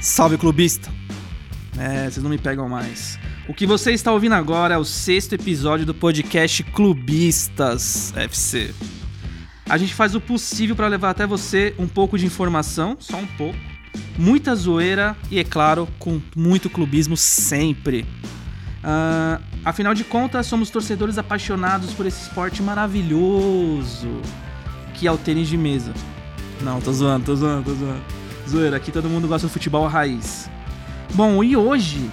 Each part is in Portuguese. Salve clubista! É, vocês não me pegam mais. O que você está ouvindo agora é o sexto episódio do podcast Clubistas FC. A gente faz o possível para levar até você um pouco de informação, só um pouco, muita zoeira e, é claro, com muito clubismo sempre. Ah, afinal de contas, somos torcedores apaixonados por esse esporte maravilhoso que é o tênis de mesa. Não, tô zoando, tô zoando, tô zoando. Zoeira, aqui todo mundo gosta do futebol à raiz. Bom, e hoje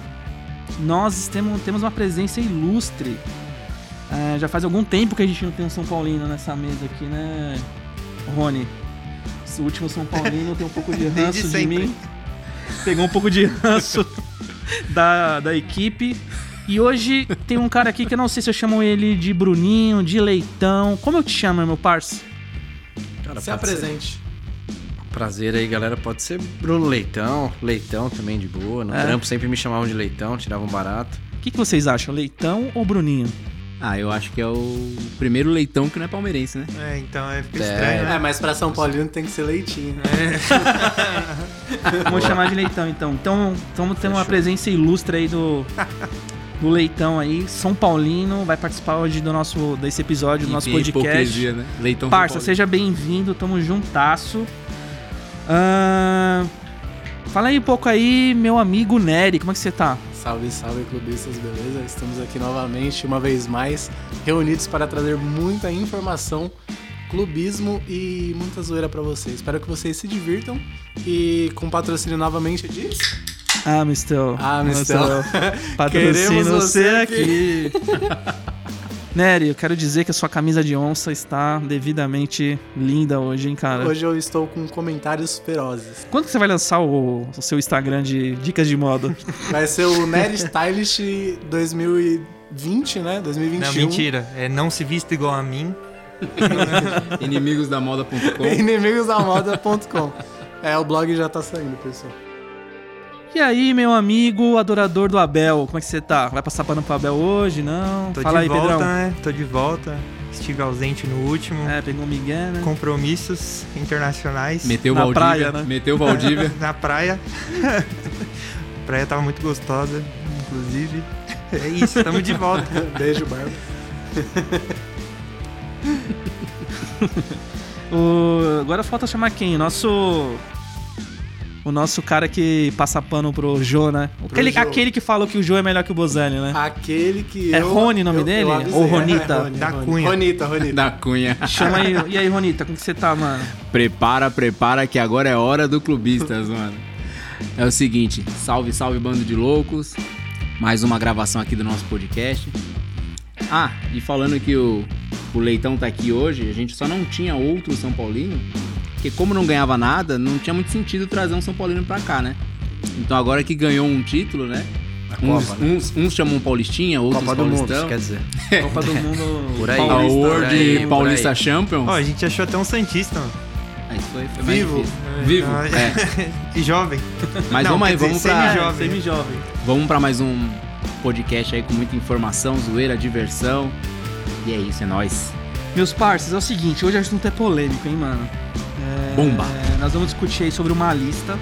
nós temos, temos uma presença ilustre. É, já faz algum tempo que a gente não tem um São Paulino nessa mesa aqui, né, Rony? O último São Paulino tem um pouco de Desde ranço de sempre. mim. Pegou um pouco de ranço da, da equipe. E hoje tem um cara aqui que eu não sei se eu chamo ele de Bruninho, de Leitão. Como eu te chamo, meu parça? Cara, Se é pode apresente. ser- prazer aí, galera. Pode ser Bruno Leitão, Leitão também de boa. No É. trampo sempre me chamavam de Leitão, tiravam barato. O que, que vocês acham, Leitão ou Bruninho? Ah, eu acho que é o primeiro leitão que não é palmeirense, né? É, então é, fica É. estranho, né? É, mas pra São Paulino tem que ser leitinho, né? Vamos chamar de Leitão então. Então, então temos uma presença ilustre aí do, do Leitão aí, São Paulino, vai participar hoje do nosso, desse episódio do nosso Enfim, podcast. hipocrisia, né? Leitão Parça, São Paulo. seja bem-vindo, tamo juntasso. Ahn, fala aí um pouco aí, meu amigo Nery, como é que você tá? Salve, salve, clubistas, beleza? Estamos aqui novamente, uma vez mais, reunidos para trazer muita informação, clubismo e muita zoeira pra vocês. Espero que vocês se divirtam e com patrocínio novamente de... Ah, Mistel. Ah, Mistel. Patrocina Queremos você você aqui. Nery, eu quero dizer que a sua camisa de onça está devidamente linda hoje, hein, cara? Hoje eu estou com comentários ferozes. Quando que você vai lançar o, o seu Instagram de dicas de moda? Vai ser o Nery Stylish 2020, né? 2021. Não, mentira. É não se vista igual a mim. Inimigosdamoda.com. Inimigosdamoda.com. É, o blog já tá saindo, pessoal. E aí, meu amigo adorador do Abel, como é que você tá? Vai passar pano pro Abel hoje? Não? Tô Fala de aí, volta, Pedrão. né? Tô de volta. Estive ausente no último. É, pegou o Miguel, né? Compromissos internacionais. Meteu o Na Valdívia. praia, né? Meteu o Valdívia. Na praia. a praia tava muito gostosa, inclusive. É isso, tamo de volta. Beijo, Barba. O- agora falta chamar quem? O nosso. O nosso cara que passa pano pro Jô, né? Aquele, Jô. aquele que falou que o Jô é melhor que o Bozelli, né? Aquele que. É eu- Rony o nome eu- dele? eu avisei. Ou Ronita? É, Rony, Da Rony. Cunha. Ronita, Ronita. da Cunha. Chama aí. E aí, Ronita, como que você tá, mano? Prepara, prepara, que agora é hora do Clubistas, mano. É o seguinte, salve, salve, bando de loucos. Mais uma gravação aqui do nosso podcast. Ah, e falando que o, o Leitão tá aqui hoje, a gente só não tinha outro São Paulino, porque como não ganhava nada, não tinha muito sentido trazer um São Paulino pra cá, né? Então agora que ganhou um título, né? Uns, Copa, né? uns, uns chamam um Paulistinha, outros Copa do Paulistão. Mundo, isso quer dizer. Copa do Mundo. É. Por aí. A Paulista. Paulista, World por aí, né? por Paulista aí. Champions. Ó, a gente achou até um Santista, mano. Ah, isso foi, foi mais Vivo. difícil. Vivo. Ah, É. E jovem. Mas Não, vamos aí, quer dizer, vamos pra, semi-jovem. Semi-jovem. vamos pra mais um podcast aí com muita informação, zoeira, diversão. E é isso, é nóis. Meus parceiros, é o seguinte, hoje o assunto é polêmico, hein, mano? É, Bomba. Nós vamos discutir aí sobre uma lista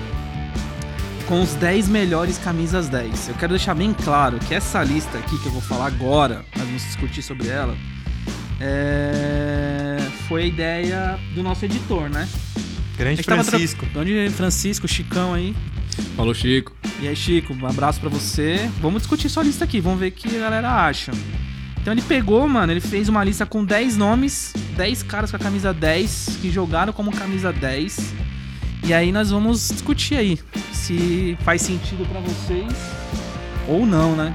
com os 10 melhores camisas 10. Eu quero deixar bem claro que essa lista aqui que eu vou falar agora, nós vamos discutir sobre ela, é, foi a ideia do nosso editor, né? Grande tava tra- Francisco. Grande Francisco, Chicão aí. Falou, Chico. E aí, Chico, um abraço pra você. Vamos discutir sua lista aqui, vamos ver o que a galera acha. Então ele pegou, mano, ele fez uma lista com 10 nomes, 10 caras com a camisa 10, que jogaram como camisa 10. E aí nós vamos discutir aí se faz sentido pra vocês ou não, né?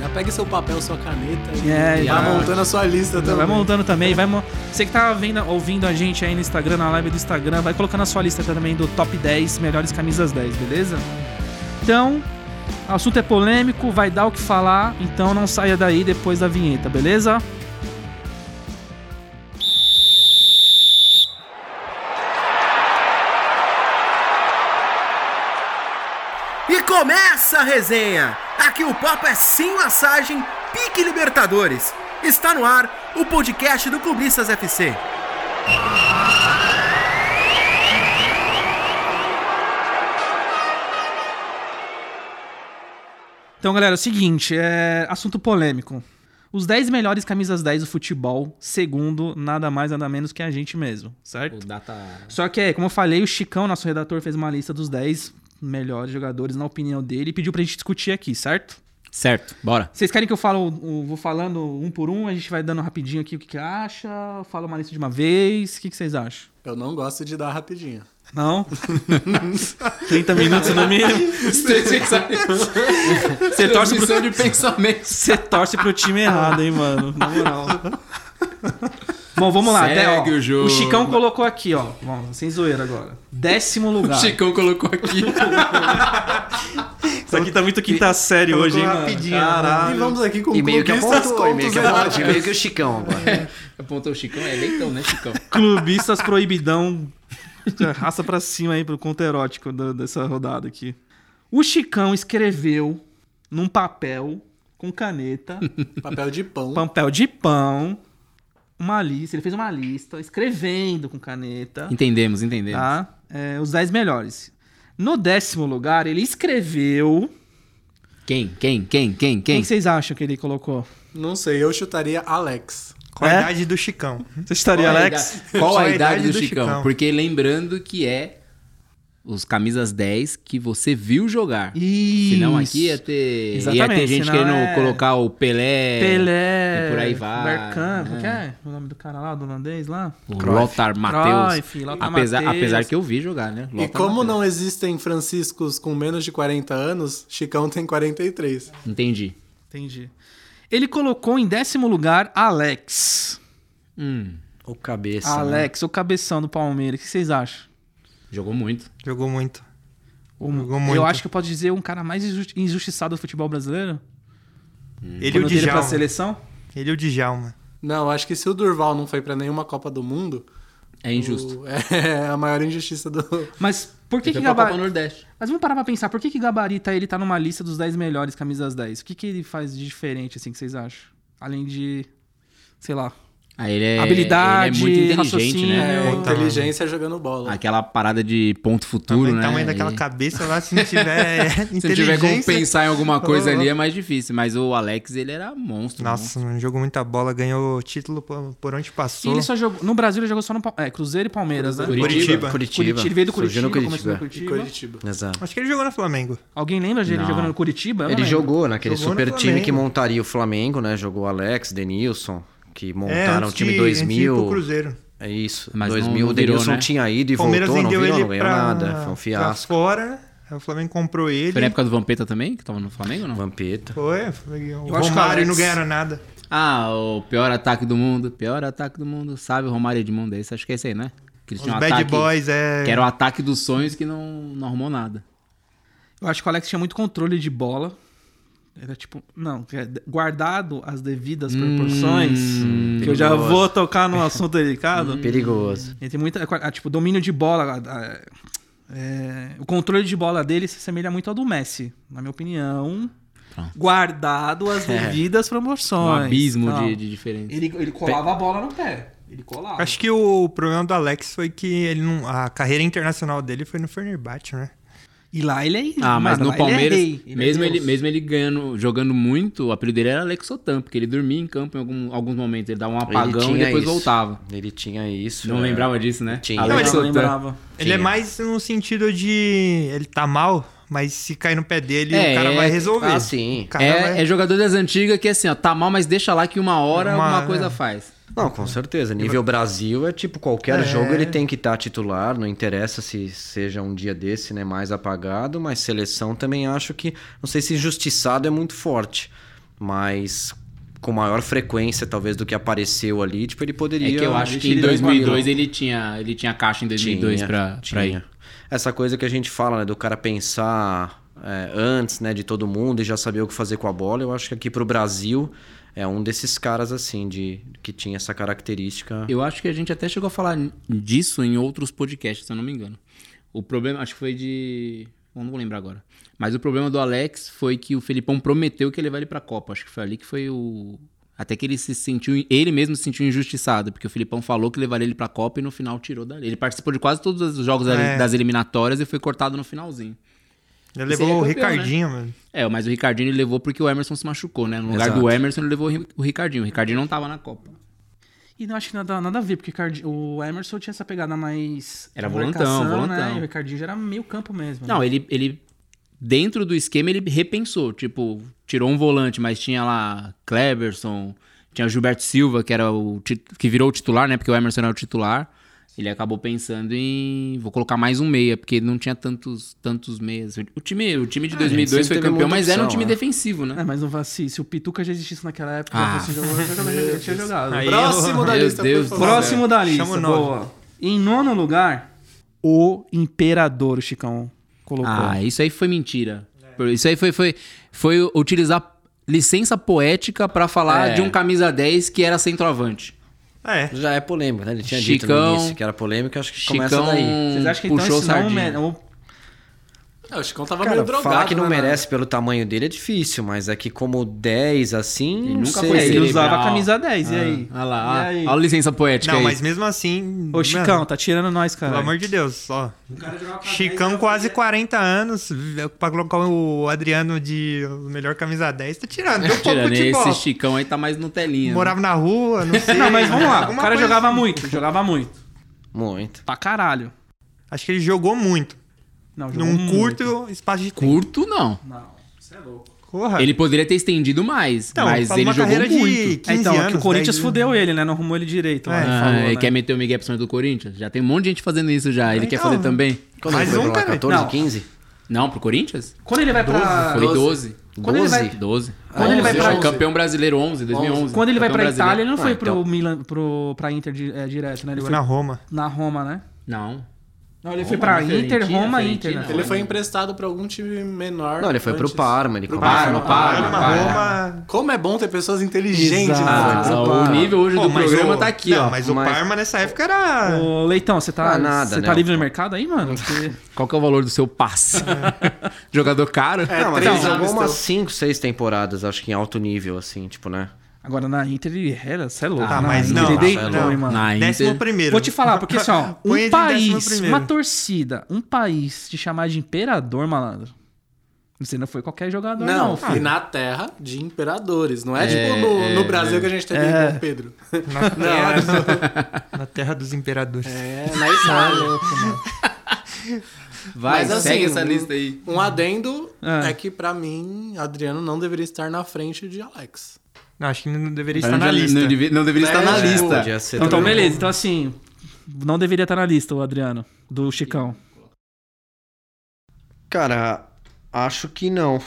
Já pega seu papel, sua caneta e É, vai já. montando a sua lista também. Vai montando também, vai. Mo... Você que tá vendo, ouvindo a gente aí no Instagram, na live do Instagram, vai colocando a sua lista também do top 10 melhores camisas 10, beleza? Então, o assunto é polêmico, vai dar o que falar, então não saia daí depois da vinheta, beleza? E começa a resenha! Aqui o papo é sem laçagem, pique Libertadores. Está no ar o podcast do Clubistas FC. Então, galera, é o seguinte, é assunto polêmico. Os 10 melhores camisas 10 do futebol, segundo nada mais nada menos que a gente mesmo, certo? O data. Só que, é, como eu falei, o Chicão, nosso redator, fez uma lista dos 10 melhores jogadores, na opinião dele, e pediu pra gente discutir aqui, certo? Certo, bora. Vocês querem que eu falo, o- o- vou falando um por um, a gente vai dando rapidinho aqui o que, que acha, fala uma lista de uma vez, o que, que vocês acham? Eu não gosto de dar rapidinho. Não? 30 minutos no mínimo? Você torce pro, de pensamento. você torce pro time errado, hein, mano? Na moral. Bom, vamos lá. Segue até, ó, o jogo. Chicão colocou aqui, ó. Bom, sem zoeira agora. Décimo lugar. Chicão colocou aqui. Isso aqui tá muito quinta série colocou hoje, hein, mano? rapidinho, Caralho. E vamos aqui com E meio que clubistas apontou, e meio que contos apontou, e meio que o Chicão agora. Apontou o Chicão, é leitão, né, Chicão? Clubistas proibidão. Raça pra cima aí pro conto erótico da- dessa rodada aqui. O Chicão escreveu num papel com caneta, um Papel de pão. papel de pão, uma lista. Ele fez uma lista escrevendo com caneta, Entendemos, entendemos. tá? É, os 10 melhores. No décimo lugar, ele escreveu. Quem, quem, quem, quem, Quem quem? que vocês acham que ele colocou? Não sei, eu chutaria Alex. É? Qualidade do Chicão. Você estaria, Qual a Alex? idade- Qual a Só idade do, Chicão? Chicão. Porque lembrando que é os camisas 10 que você viu jogar. Isso. Senão aqui é ia ter, ia Exatamente, ter gente senão querendo é- colocar o Pelé, Pelé. E é por aí vai, Bergkamp, como né? que é o nome do cara lá, do holandês lá? o Lothar Matheus. Cruyff, Lothar Apesar, Matthäus. apesar que eu vi jogar, né? e como não existem franciscos com menos de 40 anos, Chicão tem 43. não... Entendi. Entendi. Ele colocou em décimo lugar Alex. Hum, O cabeça. né? Alex, o cabeção do Palmeiras. O que vocês acham? jogou muito. Jogou muito. Um- Jogou muito. Eu acho que eu posso dizer um cara mais injusti- injustiçado do futebol brasileiro. Ele e o Hum. Quando dele pra Djalma. seleção? Ele e o Djalma. Não, acho que se o Durval não foi pra nenhuma Copa do Mundo, É injusto. o- é a maior injustiça do. Mas por que, Ele que foi pra Copa gabarita. Nordeste. Mas vamos parar pra pensar, por que, que gabarita ele tá numa lista dos 10 melhores camisas 10? O que, que ele faz de diferente, assim, que vocês acham? Além de. Sei lá. Ah, ele é, Habilidade, ele é muito inteligente, raciocínio. É. né? É, Então, inteligência jogando bola. Aquela parada de ponto futuro, Também né? tamanho tá daquela Ele- cabeça lá, se não tiver Se não tiver como inteligência- pensar em alguma coisa Ô, ali ô. é mais difícil. Mas o Alex, ele era monstro. né? Nossa, mano, jogou muita bola, ganhou título por, por onde E passou. ele só jogou. No Brasil ele jogou só no Pal- é, Cruzeiro e Palmeiras, né? Curitiba. Curitiba. Curitiba. Ele veio do Surgiu Curitiba, no começou no Curitiba. E Curitiba. Curitiba. Exato. Acho que ele jogou no Flamengo. Alguém lembra dele Não. jogando no Curitiba? Eu não Ele lembro. jogou naquele Jogou no super time que Flamengo. montaria o Flamengo, né? Jogou Alex, Denilson, que É, montaram o antes time de- antes de ir pro 2000. Cruzeiro. É isso. Mas não- 2000 não o virou, Denilson né? tinha ido e Palmeiras voltou, não vendeu virou, não ele ganhou pra, nada. Foi um pra fiasco. fora. Aí o Flamengo comprou ele. Foi na época do Vampeta também, que tava no Flamengo, não? Vampeta. Foi, foi. Eu O acho que o Romário Alex- não ganharam nada. Ah, o pior ataque do mundo. Pior ataque do mundo. Sabe o Romário Edmundo? é Esse, acho que é esse aí, né? Que eles Os tinham um Bad ataque, Boys, é. né? Que era o ataque dos sonhos que não, não arrumou nada. Eu acho que o Alex tinha muito controle de bola. Era tipo, não, é guardado as devidas Hum. proporções, que eu já perigoso. vou tocar num assunto delicado. Perigoso. Ele tem muita. ah, Tipo, domínio de bola. ah, é, o controle de bola dele se assemelha muito ao do Messi, na minha opinião. Pronto. Guardado as devidas Tá. É. Tá. Um proporções. abismo tal. de, de diferença. Ele, ele colava a bola no pé. Ele colava. Acho que o problema do Alex foi que ele não, a carreira internacional dele foi no Fenerbahçe, né? E lá ele é. Ah, mas mano, no lá ele é Palmeiras, rei. é mesmo, ele, Deus. mesmo ele ganhando, jogando muito, o apelido dele era Alex Otan, porque ele dormia em campo em algum- alguns momentos. Ele dava um apagão e tinha depois isso. voltava. Ele tinha isso. Não é. lembrava disso, né? Tinha. Eu Alex não Otan. lembrava. Ele é Sim. mais no sentido de. Ele tá mal, mas se cair no pé dele, É, o cara é- vai resolver. Ah, sim. O cara vai- É, é jogador das antigas que assim, ó, tá mal, mas deixa lá que uma hora Uma- alguma coisa faz. Não, Né? com certeza. Nível Brasil é tipo, qualquer jogo ele tem que estar titular, não interessa se seja um dia desse, né, mais apagado, mas seleção também acho que, não sei se injustiçado é muito forte, mas com maior frequência talvez do que apareceu ali, tipo, ele É poderia... que eu acho que em Ele 2002 ele tinha, ele tinha caixa em 2002 um. tinha, pra, pra ir. tinha. Essa coisa que a gente fala, né, do cara pensar é, antes, né, de todo mundo e já saber o que fazer com a bola, eu acho que aqui pro Brasil é um desses caras, assim, de que tinha essa característica... Eu acho que a gente até chegou a falar n- disso em outros podcasts, se eu não me engano. O problema, acho que foi de. eu não vou lembrar agora. Mas o problema do Alex foi que o Felipão prometeu que ia levar ele pra Copa. Acho que foi ali que foi o. Até que ele se sentiu. Ele mesmo se sentiu injustiçado, porque o Felipão falou que levaria ele pra Copa e no final tirou dali. Ele participou de quase todos os jogos ali- É. das eliminatórias e foi cortado no finalzinho. Ele seria levou o campeão, Ricardinho, mano. É, mas o Ricardinho ele levou porque o Emerson se machucou, né? No lugar Exato. do Emerson, ele levou o Ri- o Ricardinho. O Ricardinho não tava na Copa. E não acho que nada, nada a ver, porque o Cardi- o Emerson tinha essa pegada mais. Era de volantão, marcação, volantão. Né? E o Ricardinho já era meio campo mesmo. Não, ele, ele. Dentro do esquema, ele repensou. Tipo, tirou um volante, mas tinha lá Cleberson, tinha Gilberto Silva, que, era o, ti- que virou o titular, né? Porque o Emerson era o titular. Ele acabou pensando em. Vou colocar mais um meia, porque não tinha tantos, tantos meias. O time, o time de 2002 foi Ah, é, sempre teve campeão, muita mas era um opção, time né? defensivo, né? É, mas não fala assim, se o Pituca já existisse naquela época, Ah. já fosse um jogador, já tinha- já tinha jogado. Aí, Próximo da Meu lista, Deus por do favor. Próximo da lista. Chama o nove. boa. Em nono lugar, o Imperador, o Chicão colocou. Ah, isso aí foi mentira. Por- Isso aí foi, foi, foi utilizar licença poética pra falar É. de um camisa 10 que era centroavante. É. Já é polêmica, né? Ele tinha dito Chicão- no início que era polêmica, acho que começa Chicão daí. Vocês acham que um puxou então esse não sardinha. é o É, o Chicão tava Cara, meio drogado. falar que não né, merece pelo tamanho dele é difícil, mas é que como 10 assim, Ele Ah. não nunca sei foi É, se ele cerebral. usava a camisa 10, e aí? Olha lá, E aí? olha a licença poética Não, aí. mas mesmo assim. Ô, Chicão, mano, tá tirando nós, cara. Pelo amor de Deus, ó. tá Chicão, quase 40 anos, pra colocar o Adriano de melhor camisa 10, tá tirando. Deu pouco Tirando de né? esse bola. Chicão aí tá mais no telinha. né? Morava na rua, não sei. Não, mas vamos lá. O alguma cara coisa jogava assim. muito, jogava muito. né? muito. Pra caralho. Acho que ele jogou muito. Não, jogou Num muito. curto espaço de tempo. Curto, não. Não. é Corra. Ele poderia ter estendido mais, Então, mas faz ele uma jogou um carreira muito. de 15 É, então, é anos. que o Corinthians 10 fudeu ele, né? Não arrumou ele direito. lá, É. ele Ah, falou, ele né? quer meter o Miguel pra cima do Corinthians? Já tem um monte de gente fazendo isso já. Ele quer Então, fazer também? Quando ele Mais foi pra um, lá, cara. 14, Não. 15? Não, pro Corinthians? Quando ele vai pra. Foi 12. Quando ele vai- 12? 12. Quando ele vai 11, pra- foi Campeão brasileiro 11, 2011. Quando ele vai pra Campeão Itália, brasileiro. ele não foi Ah, pro então. Milan, pro, pra Inter di- é, direto, né? Ele Jogou foi na Roma. na Roma, né? Não. Não, ele foi Roma, pra Fiorentina, Inter, Roma, Fiorentina. Inter. né? Ele foi emprestado pra algum time menor. Não, ele foi pro antes. Parma, ele começou Parma, no Parma. Parma, Ah, para. Roma. Como é bom ter pessoas inteligentes. Exato. né? Ah, Ah, não, o para. nível hoje Pô, do mas programa o- tá aqui, não, ó. mas o Mas- Parma nessa época era. Ô, Leitão, você tá, Ah, nada, você né? tá livre no mercado aí, mano? Porque- Qual que é o valor do seu passe? Jogador caro? é Não, mas Três ele jogou anos, umas então. 5, 6 temporadas, acho que em alto nível, assim, tipo, né? Agora, na Inter, ele era, você é louco. Tá, na mas Inter, não, ele tá, deitou, não. hein, mano. Na Décimo Inter. primeiro. Vou te falar, porque assim, ó, Põe ele um em décimo país, primeiro. uma torcida, um país te chamar de imperador, malandro. Você não foi qualquer jogador, Ah, não. Não, filho. e na terra de imperadores. Não é, tipo no, no Brasil que a gente teve Dom Pedro. Na terra, do- é, na terra dos imperadores. É, na Itália. Vai, Mas, assim, segue essa um- lista aí. um adendo É. é. que, pra mim, Adriano não deveria estar na frente de Alex. Não, acho que não deveria Não, estar na devia- lista. Tá não devia- não deveria estar É, na tipo, lista. Podia ser Então, então, também. beleza. Então, assim, não deveria estar na lista o Adriano, do Chicão. Cara, acho que não.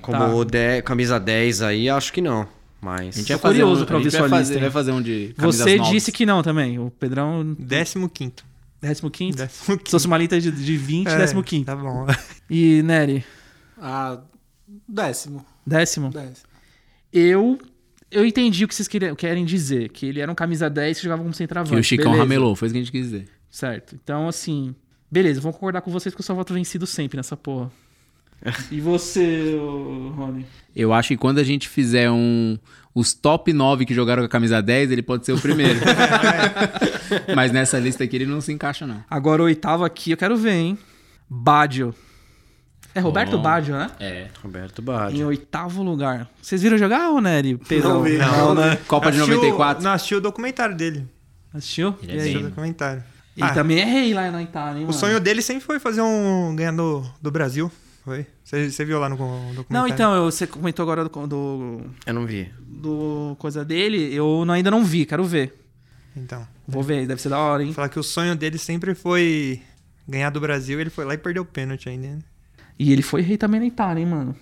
Como Tá. o de- camisa 10 aí, acho que não. Mas. A gente vai Tô fazer curioso um, pra a gente ouvir vai sua fazer, lista, hein? vai fazer um de camisas Você novas. disse que não também. O Pedrão, Décimo quinto. 15 Se Décimo quinto. fosse uma lista de, de 20, É, 15 Tá bom. E Nery, Ah, décimo. décimo. décimo. Eu eu entendi o que vocês querem- querem dizer. Que ele era um camisa 10 que jogava como centroavante. Que o Chicão beleza. ramelou, foi isso que a gente quis dizer. Certo. Então, assim. Beleza, vamos concordar com vocês que eu só voto vencido sempre nessa porra. E você, ô, Rony? Eu acho que quando a gente fizer um os top 9 que jogaram com a camisa 10, ele pode ser o primeiro. Mas nessa lista aqui ele não se encaixa não. Agora o oitavo aqui, eu quero ver, hein? Baggio. É Roberto Bom. Baggio, né? É. Roberto Em Bardi. oitavo lugar. Vocês viram jogar, ô Nery? Pedrão? Não vi. Não, né? Copa de Assisti o- 94. Não, assisti o documentário dele. Assistiu? Ele e é aí? Assisti Sim. o documentário. Ele Ah, também é rei lá na Itália, hein, O mano? sonho dele sempre foi fazer um. ganhar do, do Brasil. Foi? Você você viu lá no co- documentário? Não, então, eu- você comentou agora do, do, Eu não vi. do coisa dele, eu não- ainda não vi, quero ver. Então. Vou ver, deve ser da hora, hein? Falar que o sonho dele sempre foi ganhar do Brasil, ele foi lá e perdeu o pênalti ainda. né? E ele foi rei também na Itália, hein, mano?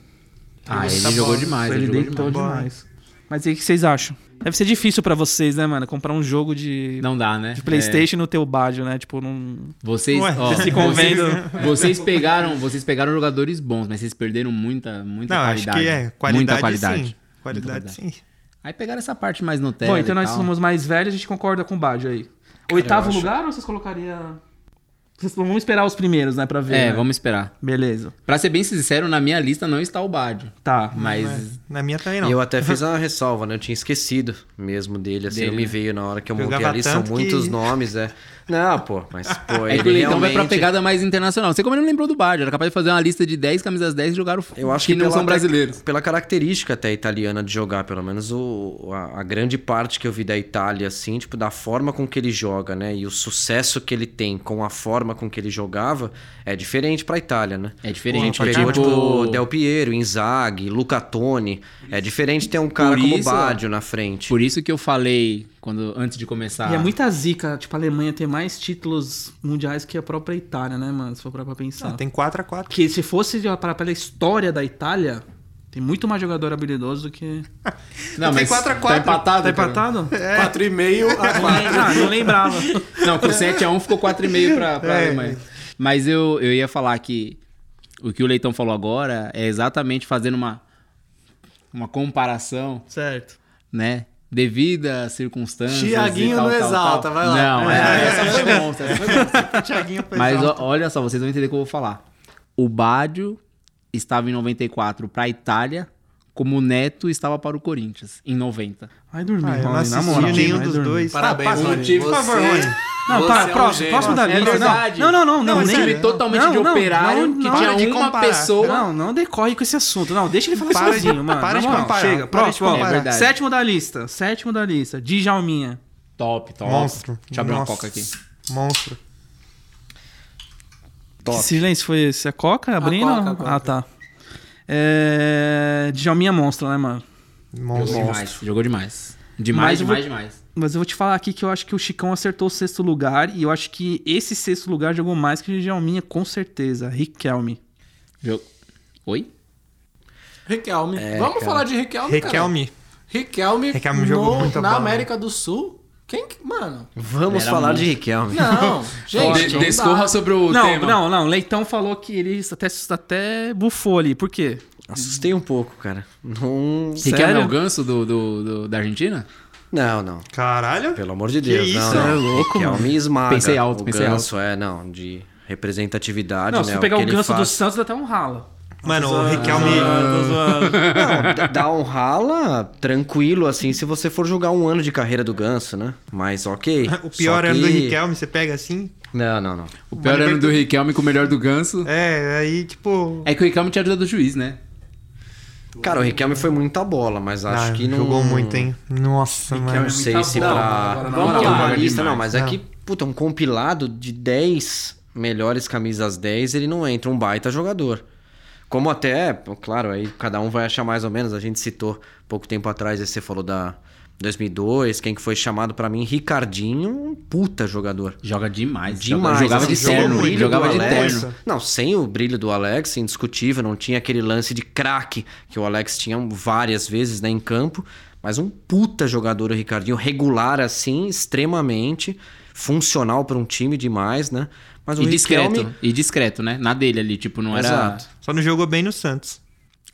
Tá Ah, ele bom. então, jogou demais, ele, ele jogou deitou demais. demais. Mas e aí, o que vocês acham? Deve ser difícil pra vocês, né, mano? Comprar um jogo de, Não dá, né? de Playstation no teu Badio, né? Tipo, não... É, vocês, Ué, ó, se vocês, convendo. vocês pegaram, vocês pegaram jogadores bons, mas vocês perderam muita, muita Não, acho qualidade. que é. Qualidade, muita qualidade. sim. Qualidade, qualidade. sim. Aí pegaram essa parte mais no Bom, tela então e nós tal. somos mais velhos, a gente concorda com o Badio aí. Oitavo lugar ou vocês colocariam... Vamos esperar os primeiros, né, pra ver. É, né? vamos esperar. Beleza. Pra ser bem sincero, na minha lista não está o Bard. Tá. Mas. Na minha também não. E eu até fiz a ressalva, né? Eu tinha esquecido mesmo dele, assim, Dele, não me né? veio na hora que eu Jogava montei ali, são tanto muitos que- nomes, é. Não, pô, mas pô, É ele que o Leitão vai pra realmente- pegada mais internacional. Não sei como ele não lembrou do Bard. Era capaz de fazer uma lista de 10 camisas 10 e jogar o Eu acho que, não pela- são brasileiros. Pela característica até italiana de jogar, pelo menos o, a, a grande parte que eu vi da Itália, assim, tipo, da forma com que ele joga, né? E o sucesso que ele tem com a forma com que ele jogava é diferente pra Itália, né? É diferente. A gente pegou, tipo- tipo, Del Piero, Inzaghi, Luca Toni. É diferente ter um cara Por como isso- Baggio na frente. Por isso que eu falei quando antes de começar. E é muita zica, tipo, a Alemanha ter mais títulos mundiais que a própria Itália, né, mano? Se for parar pra pensar. Ah, tem 4x4. Que se fosse de- para pela história da Itália, tem muito mais jogador habilidoso do que. Não, Tem mas quatro a tá quatro. empatado. Tá cara. empatado? 4,5 a 4. Ah, não lembrava. Não, com 7x1 ficou 4,5 pra, pra É. Alemanha. Mas eu, eu ia falar que o que o Leitão falou agora é exatamente fazendo uma, uma comparação, certo. né? Devida às circunstâncias. e Tiaguinho tal, não tal, exalta, tal. vai lá. Não, é, essa foi monstro, essa foi monstro. Thiaguinho foi Mas só. ó, olha só, vocês vão entender o que eu vou falar. O Badio estava em 94 para a Itália, como o Neto estava para o Corinthians, em 90. Vai dormir, Ah, eu não Rony, na moral. assisti nenhum Vai dos dormir. dois. Parabéns, Ah, passa Rony. o time, por Você- favor, Rony. Não, Você para, é um próximo, gênio. próximo da É lista. não. verdade. Não, não, não, não. Não, um nem- é time totalmente não, de não, operário não, que não, tinha de uma comparar. pessoa. Não, não decorre com esse assunto. Não, deixa ele falar um Para de- sozinho, mano. para Na de moral, comparar, Chega, para de próximo. ó. comparar. É verdade. Sétimo da lista. Sétimo da lista. Djalminha. Top, top. Monstro. Deixa eu abrir uma Nossa. coca aqui. Monstro. Que silêncio foi esse? A Coca abrindo? Coca, a Coca. Ah, tá. É... Djalminha monstro, né, mano? Jogou Monstro. demais, jogou demais. Mas Demais, eu vou- demais, demais. Mas eu vou te falar aqui que eu acho que o Chicão acertou o sexto lugar e eu acho que esse sexto lugar jogou mais que o Djalminha, com certeza. Riquelme. Jog- Oi? Riquelme. Vamos falar de Riquelme, cara. Riquelme. Riquelme, Riquelme jogou no- muita na bola. América do Sul. Quem que... Mano, Vamos Era falar muito- de Riquelme. não. gente, não dá. descorra sobre o não, tema. não, não. Leitão falou que ele até, até bufou ali. Por quê? Assustei um pouco, cara. Não, Riquelme é Sério? o ganso do, do- do- da Argentina? não. não. Caralho. Pelo amor de Deus, isso? não, não. É louco, Riquelme esmaga. Pensei alto, o pensei ganso, é, não, de representatividade, não, se né? tu pegar que o ele ganso do faz. Ah, Santos, dá até um ralo. Mano, o Riquelme... Não, d- dá um rala tranquilo, assim, se você for julgar um ano de carreira do ganso, né? Mas ok. O pior Só ano do que- Riquelme, você pega assim... Não, não, não. O pior era do Riquelme com o melhor do ganso. É, aí, tipo... É que o Riquelme tinha ajuda do juiz, né? Cara, o Riquelme foi muita bola, mas Ah, acho que não... Jogou muito, hein? Nossa, mano. Não sei é muita se bola. pra... Agora, na Vamos moral, lá, uma joga lista, não, demais. mas é que, puta, um compilado de 10 melhores camisas 10, ele não entra um baita jogador. Como até, pô, claro, aí cada um vai achar mais ou menos, a gente citou pouco tempo atrás, aí você falou da 2002, quem que foi chamado pra mim, Ricardinho, um puta jogador. Joga demais. Demais. Jogava de assim, jogou terno. o brilho Jogava do de Alex. terno. Não, sem o brilho do Alex, indiscutível, não tinha aquele lance de craque que o Alex tinha várias vezes né, em campo, mas um puta jogador o Ricardinho, regular assim, extremamente, funcional para um time demais, né? Mas o E discreto. Riquelme... E discreto, né? Na dele ali, tipo, não era... Exato. Só não jogou bem no Santos.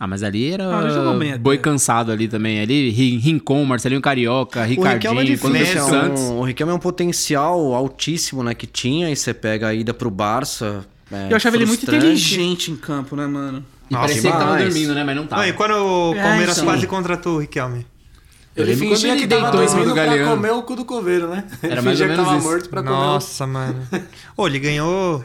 Ah, mas ali era Ah, ele jogou bem até. boi cansado ali também. Ali, Rin- Rincon, Marcelinho Carioca, o Ricardinho, quando Riquelme é o difícil, é Santos. um- o Riquelme é um potencial altíssimo, né, que tinha, e você pega a ida pro Barça... é, eu achava ele muito frustrante. inteligente em campo, né, mano? E Nossa, parecia que tava demais. dormindo, né? Mas não tava. Não, e quando o É, Palmeiras então. quase contratou o Riquelme? Ele lembro quando fingia ele que tava deitou em cima do dormindo pra Galeano. comer o cu do coveiro, né? Ele Era mais ou fingia que menos tava isso. morto pra comer o Nossa, mano. Ô, ele ganhou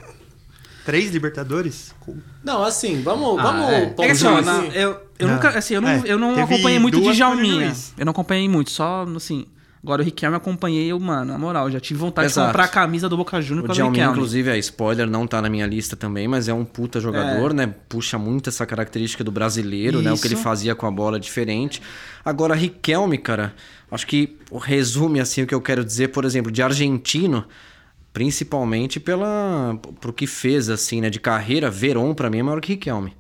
três Libertadores? Não, assim, vamos. Ah, vamos é. pôr É que um assim, ó, juiz. na- eu, eu Não. nunca, assim, eu não, É, eu não teve acompanhei muito de duas Djalminha. Juiz. Eu não acompanhei muito, só, assim... Agora o Riquelme eu acompanhei, eu, mano, na moral, já tive vontade de Exato. comprar a camisa do Boca Juniors O pra Riquelme. Djalmin, inclusive, é spoiler, não tá na minha lista também, mas é um puta jogador, né? Puxa muito essa característica do brasileiro, né? O que ele Isso. fazia com a bola é diferente. Agora, Riquelme, cara, acho que resume assim o que eu quero dizer, por exemplo, de argentino, principalmente pela pro que fez assim, né, de carreira, Verón pra mim é maior que Riquelme.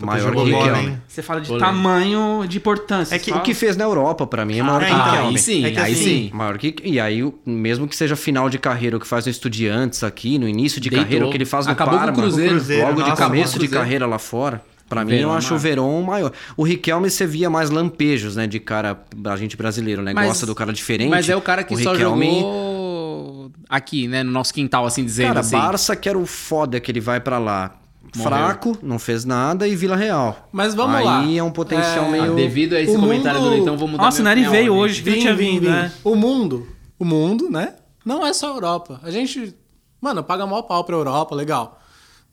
Maior que Jogou bola, Riquelme. hein? Você fala de Polêmico. tamanho, de importância. É que- Você O fala- que fez na Europa, pra mim, é maior Ah, que então. Riquelme. aí sim, é que aí assim, sim. Maior que, e aí, o- mesmo que seja final de carreira, o que faz no Estudiantes aqui, no início de Deitou. carreira, o que ele faz no Acabou com o Parma, Cruzeiro. Cruzeiro, logo de nossa, começo acabou com o de Cruzeiro. carreira lá fora, pra mim, Verón eu acho o maior. Verón maior. O Riquelme, você via mais lampejos, né, de cara, a gente brasileiro, né, Mas- é gosta do cara diferente. Mas é o cara que só Riquelme- jogou aqui, né, no nosso quintal, assim, dizendo Cara, assim. Barça que era o foda que ele vai pra lá. Morreu. Fraco, não fez nada e Vila Real. Mas vamos Aí lá. Aí é um potencial Ah, meio. Devido a esse o comentário mundo- do Leitão, vou mudar é Nossa, o minha Neri opinião, veio gente. hoje, que não tinha vindo, né? O mundo, o mundo, né? Não é só a Europa. A gente, mano, paga mal pau pra Europa, legal.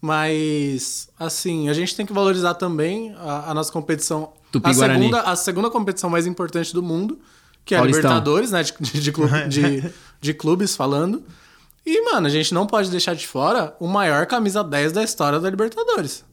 Mas, assim, a gente tem que valorizar também a, a nossa competição. a, Tupi-Guarani. segunda, a segunda competição mais importante do mundo, que é a Paulistão. Libertadores, né? De, de- de clube- de- de clubes falando. E, mano, a gente não pode deixar de fora o maior camisa 10 da história da Libertadores,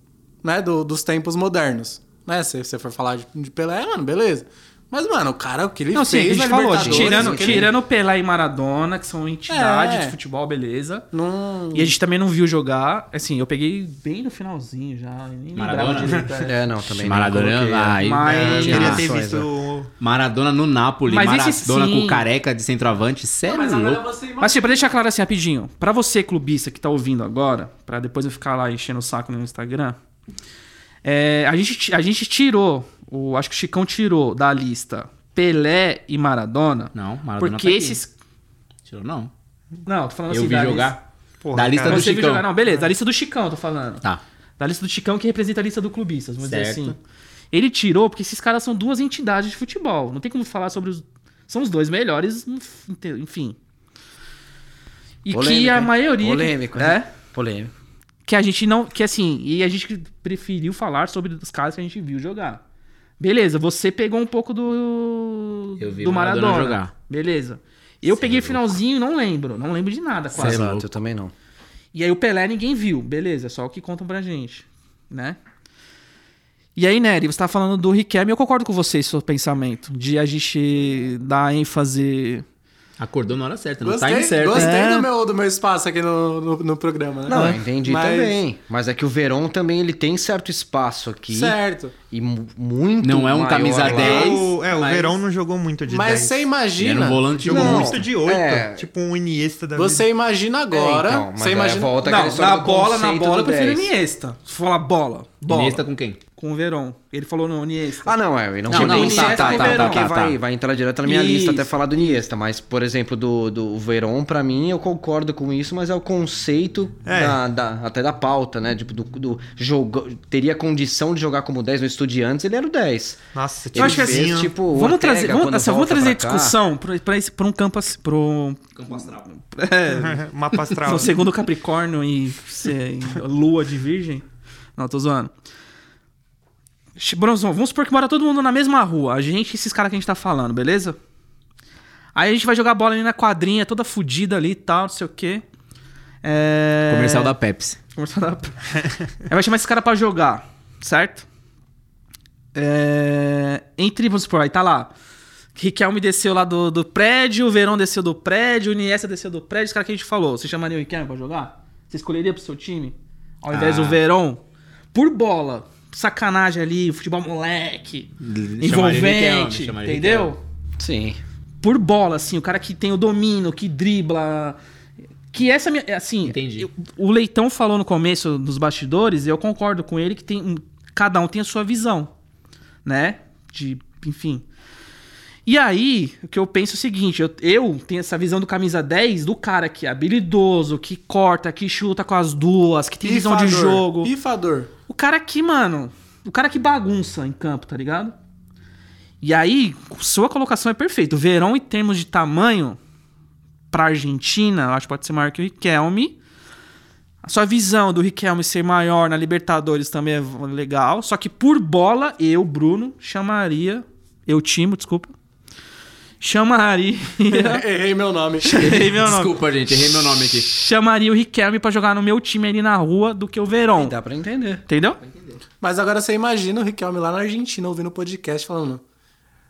né? Do- dos tempos modernos. Né? Se você for falar de, de Pelé, mano, beleza. Mas, mano, o cara, o que ele Não, sim, é a fez gente na falou, a gente- Libertadores, tirando, o que ele- tirando Pelé e Maradona, que são entidades É. de futebol, beleza. Não... E a gente também não viu jogar. Assim, eu peguei bem no finalzinho já. Nem lembrava Maradona? direito, é. É, não, também. Maradona, ah. não coloquei, vai. né? Mas- Eu Tinha queria ter razões, visto. é. o- Maradona no Napoli, Mas Maradona esse sim. com careca de centroavante, sério Mas agora louco. você imagina. Mas, tipo, pra deixar claro assim, rapidinho. Pra você, clubista, que tá ouvindo agora, pra depois não ficar lá enchendo o saco no Instagram, é, a, gente, ti- a gente tirou, o, acho que o Chicão tirou da lista Pelé e Maradona, Não, Maradona porque tá aqui. esses... Tirou, não. Não, tô falando Eu assim vi da jogar. Porra, da lista Lista. do Você viu Chicão. jogar? Não, beleza, da lista do Chicão, tô falando. Tá. Da lista do Chicão que representa a lista do clubistas, vamos dizer Certo. assim. Ele tirou porque esses caras são duas entidades de futebol. Não tem como falar sobre os. São os dois melhores, enfim. E que Polêmico, a hein? maioria. Polêmico, que, né? é, Polêmico. que a gente não. Que assim, e a gente preferiu falar sobre os caras que a gente viu jogar. Beleza, você pegou um pouco do. Eu vi do Maradona Maradona. jogar. Beleza. Eu peguei o finalzinho e não lembro. Não lembro de nada, quase. Sei lá. Exato, eu também não. E aí o Pelé ninguém viu, beleza, só o que contam pra gente, né? E aí, Nery, você tá falando do Riquelme, eu concordo com você esse seu pensamento, de a gente dar ênfase... Acordou na hora certa, no Gostei, time certo. gostei É. do, meu, do meu espaço aqui no, no, no programa, né? Não, eu entendi Mas- também. Mas é que o Verón também ele tem certo espaço aqui. Certo. E mu- muito. Não é um maior camisa lá. 10. O, é, o mas- Verão não jogou muito de Mas 10. você Ele era imagina. um volante Jogou Não. muito de 8. É. Tipo um Iniesta da Você imagina agora. É, então, mas você aí imagina. volta aquela história do conceito do 10. Iniesta. Se falar bola, bola, Iniesta com quem? com o Verón. Ele falou não, Iniesta. Ah, não, é, eu não, Não, sei não, nem tá, se é tá, porque tá, tá, tá, vai, tá. vai entrar direto na minha lista até Isso. falar do Iniesta, mas, por exemplo, do, do Verón, pra mim, eu concordo com isso, mas é o conceito É. da- da- até da pauta, né? Tipo, do, do jogo, teria condição de jogar como 10 no Estudiantes, ele era o 10. Nossa, tipo, Eu acho que assim, Zinho. tipo, o vamos Ortega, trazer, vamos, quando assim, vamos volta trazer pra cá, discussão pra, pra esse, pra um campo... ass- Pro, É, Campo astral. mapa astral. pro segundo Capricórnio e se- lua de virgem. Não, tô zoando. Ch- Bronzão, vamos supor que mora todo mundo na mesma rua. A gente e esses caras que a gente tá falando, beleza? Aí a gente vai jogar bola ali na quadrinha, toda fodida ali e tal, não sei o quê. É... Comercial da Pepsi. Comercial da... Aí vai chamar esses caras pra jogar, certo? É... Entre, vamos supor, aí tá lá. Riquelme desceu lá do, do prédio, o Verão desceu do prédio, o Iniesta desceu do prédio, os caras que a gente falou. Você chamaria o Riquelme pra jogar? Você escolheria pro seu time? Ao invés Ah. do Verão? Por bola. Sacanagem ali, futebol moleque. Chamaria envolvente. Riquelme, chamaria entendeu? Riquelme. Sim. por bola, assim, o cara que tem o domínio, que dribla. Que essa minha. Assim, Entendi. eu- o Leitão falou no começo dos bastidores, e eu concordo com ele que tem. um- Cada um tem a sua visão, né? De. Enfim. E aí, o que eu penso é o seguinte: eu, eu tenho essa visão do camisa 10 do cara que é habilidoso, que corta, que chuta com as duas, que tem visão de jogo. Pifador. O cara que, mano. O cara que bagunça em campo, tá ligado? E aí, sua colocação é perfeita. O Verão, em termos de tamanho, pra Argentina, eu acho que pode ser maior que o Riquelme. A sua visão do Riquelme ser maior na Libertadores também é legal. Só que por bola, eu, Bruno, chamaria. Eu, Timo, desculpa. Chamaria. Errei meu nome. errei meu nome. Desculpa, gente, errei meu nome aqui. Chamaria o Riquelme pra jogar no meu time ali na rua do que o Verão. Dá pra entender. Entendeu? Mas agora você imagina o Riquelme lá na Argentina ouvindo o podcast falando.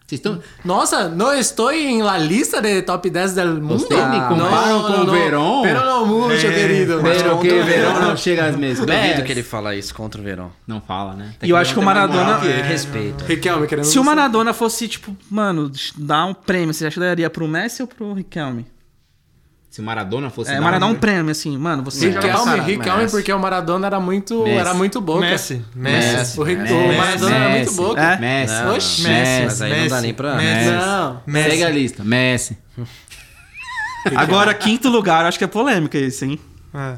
Vocês estão. Nossa, não estou em la lista de top 10 del mundo. Vocês me comparam com o Verón? Pero no mucho, querido. Verão que Contra o verão não chega às mesmas. Duvido que ele fala isso contra o Verón. é. Não fala, né? E eu acho que o Maradona. Que respeito. Riquelme, querendo Se o você. Maradona fosse, tipo, mano, dar um prêmio, você acha que daria pro Messi ou pro Riquelme? Se o Maradona fosse. É, dar Maradona um- um prêmio, assim, mano, você já Riquelme, Riquelme, Messi. Riquelme, porque o Maradona era muito, Messi. era muito boca. Messi. Messi. Messi. O, Ri- o Maradona era muito Messi. boca. um É? Messi. Não. Oxi. Messi. Mas aí não dá nem pra. Messi. Não. Segue a lista. Messi. Agora, quinto lugar, eu acho que é polêmica isso, hein? É.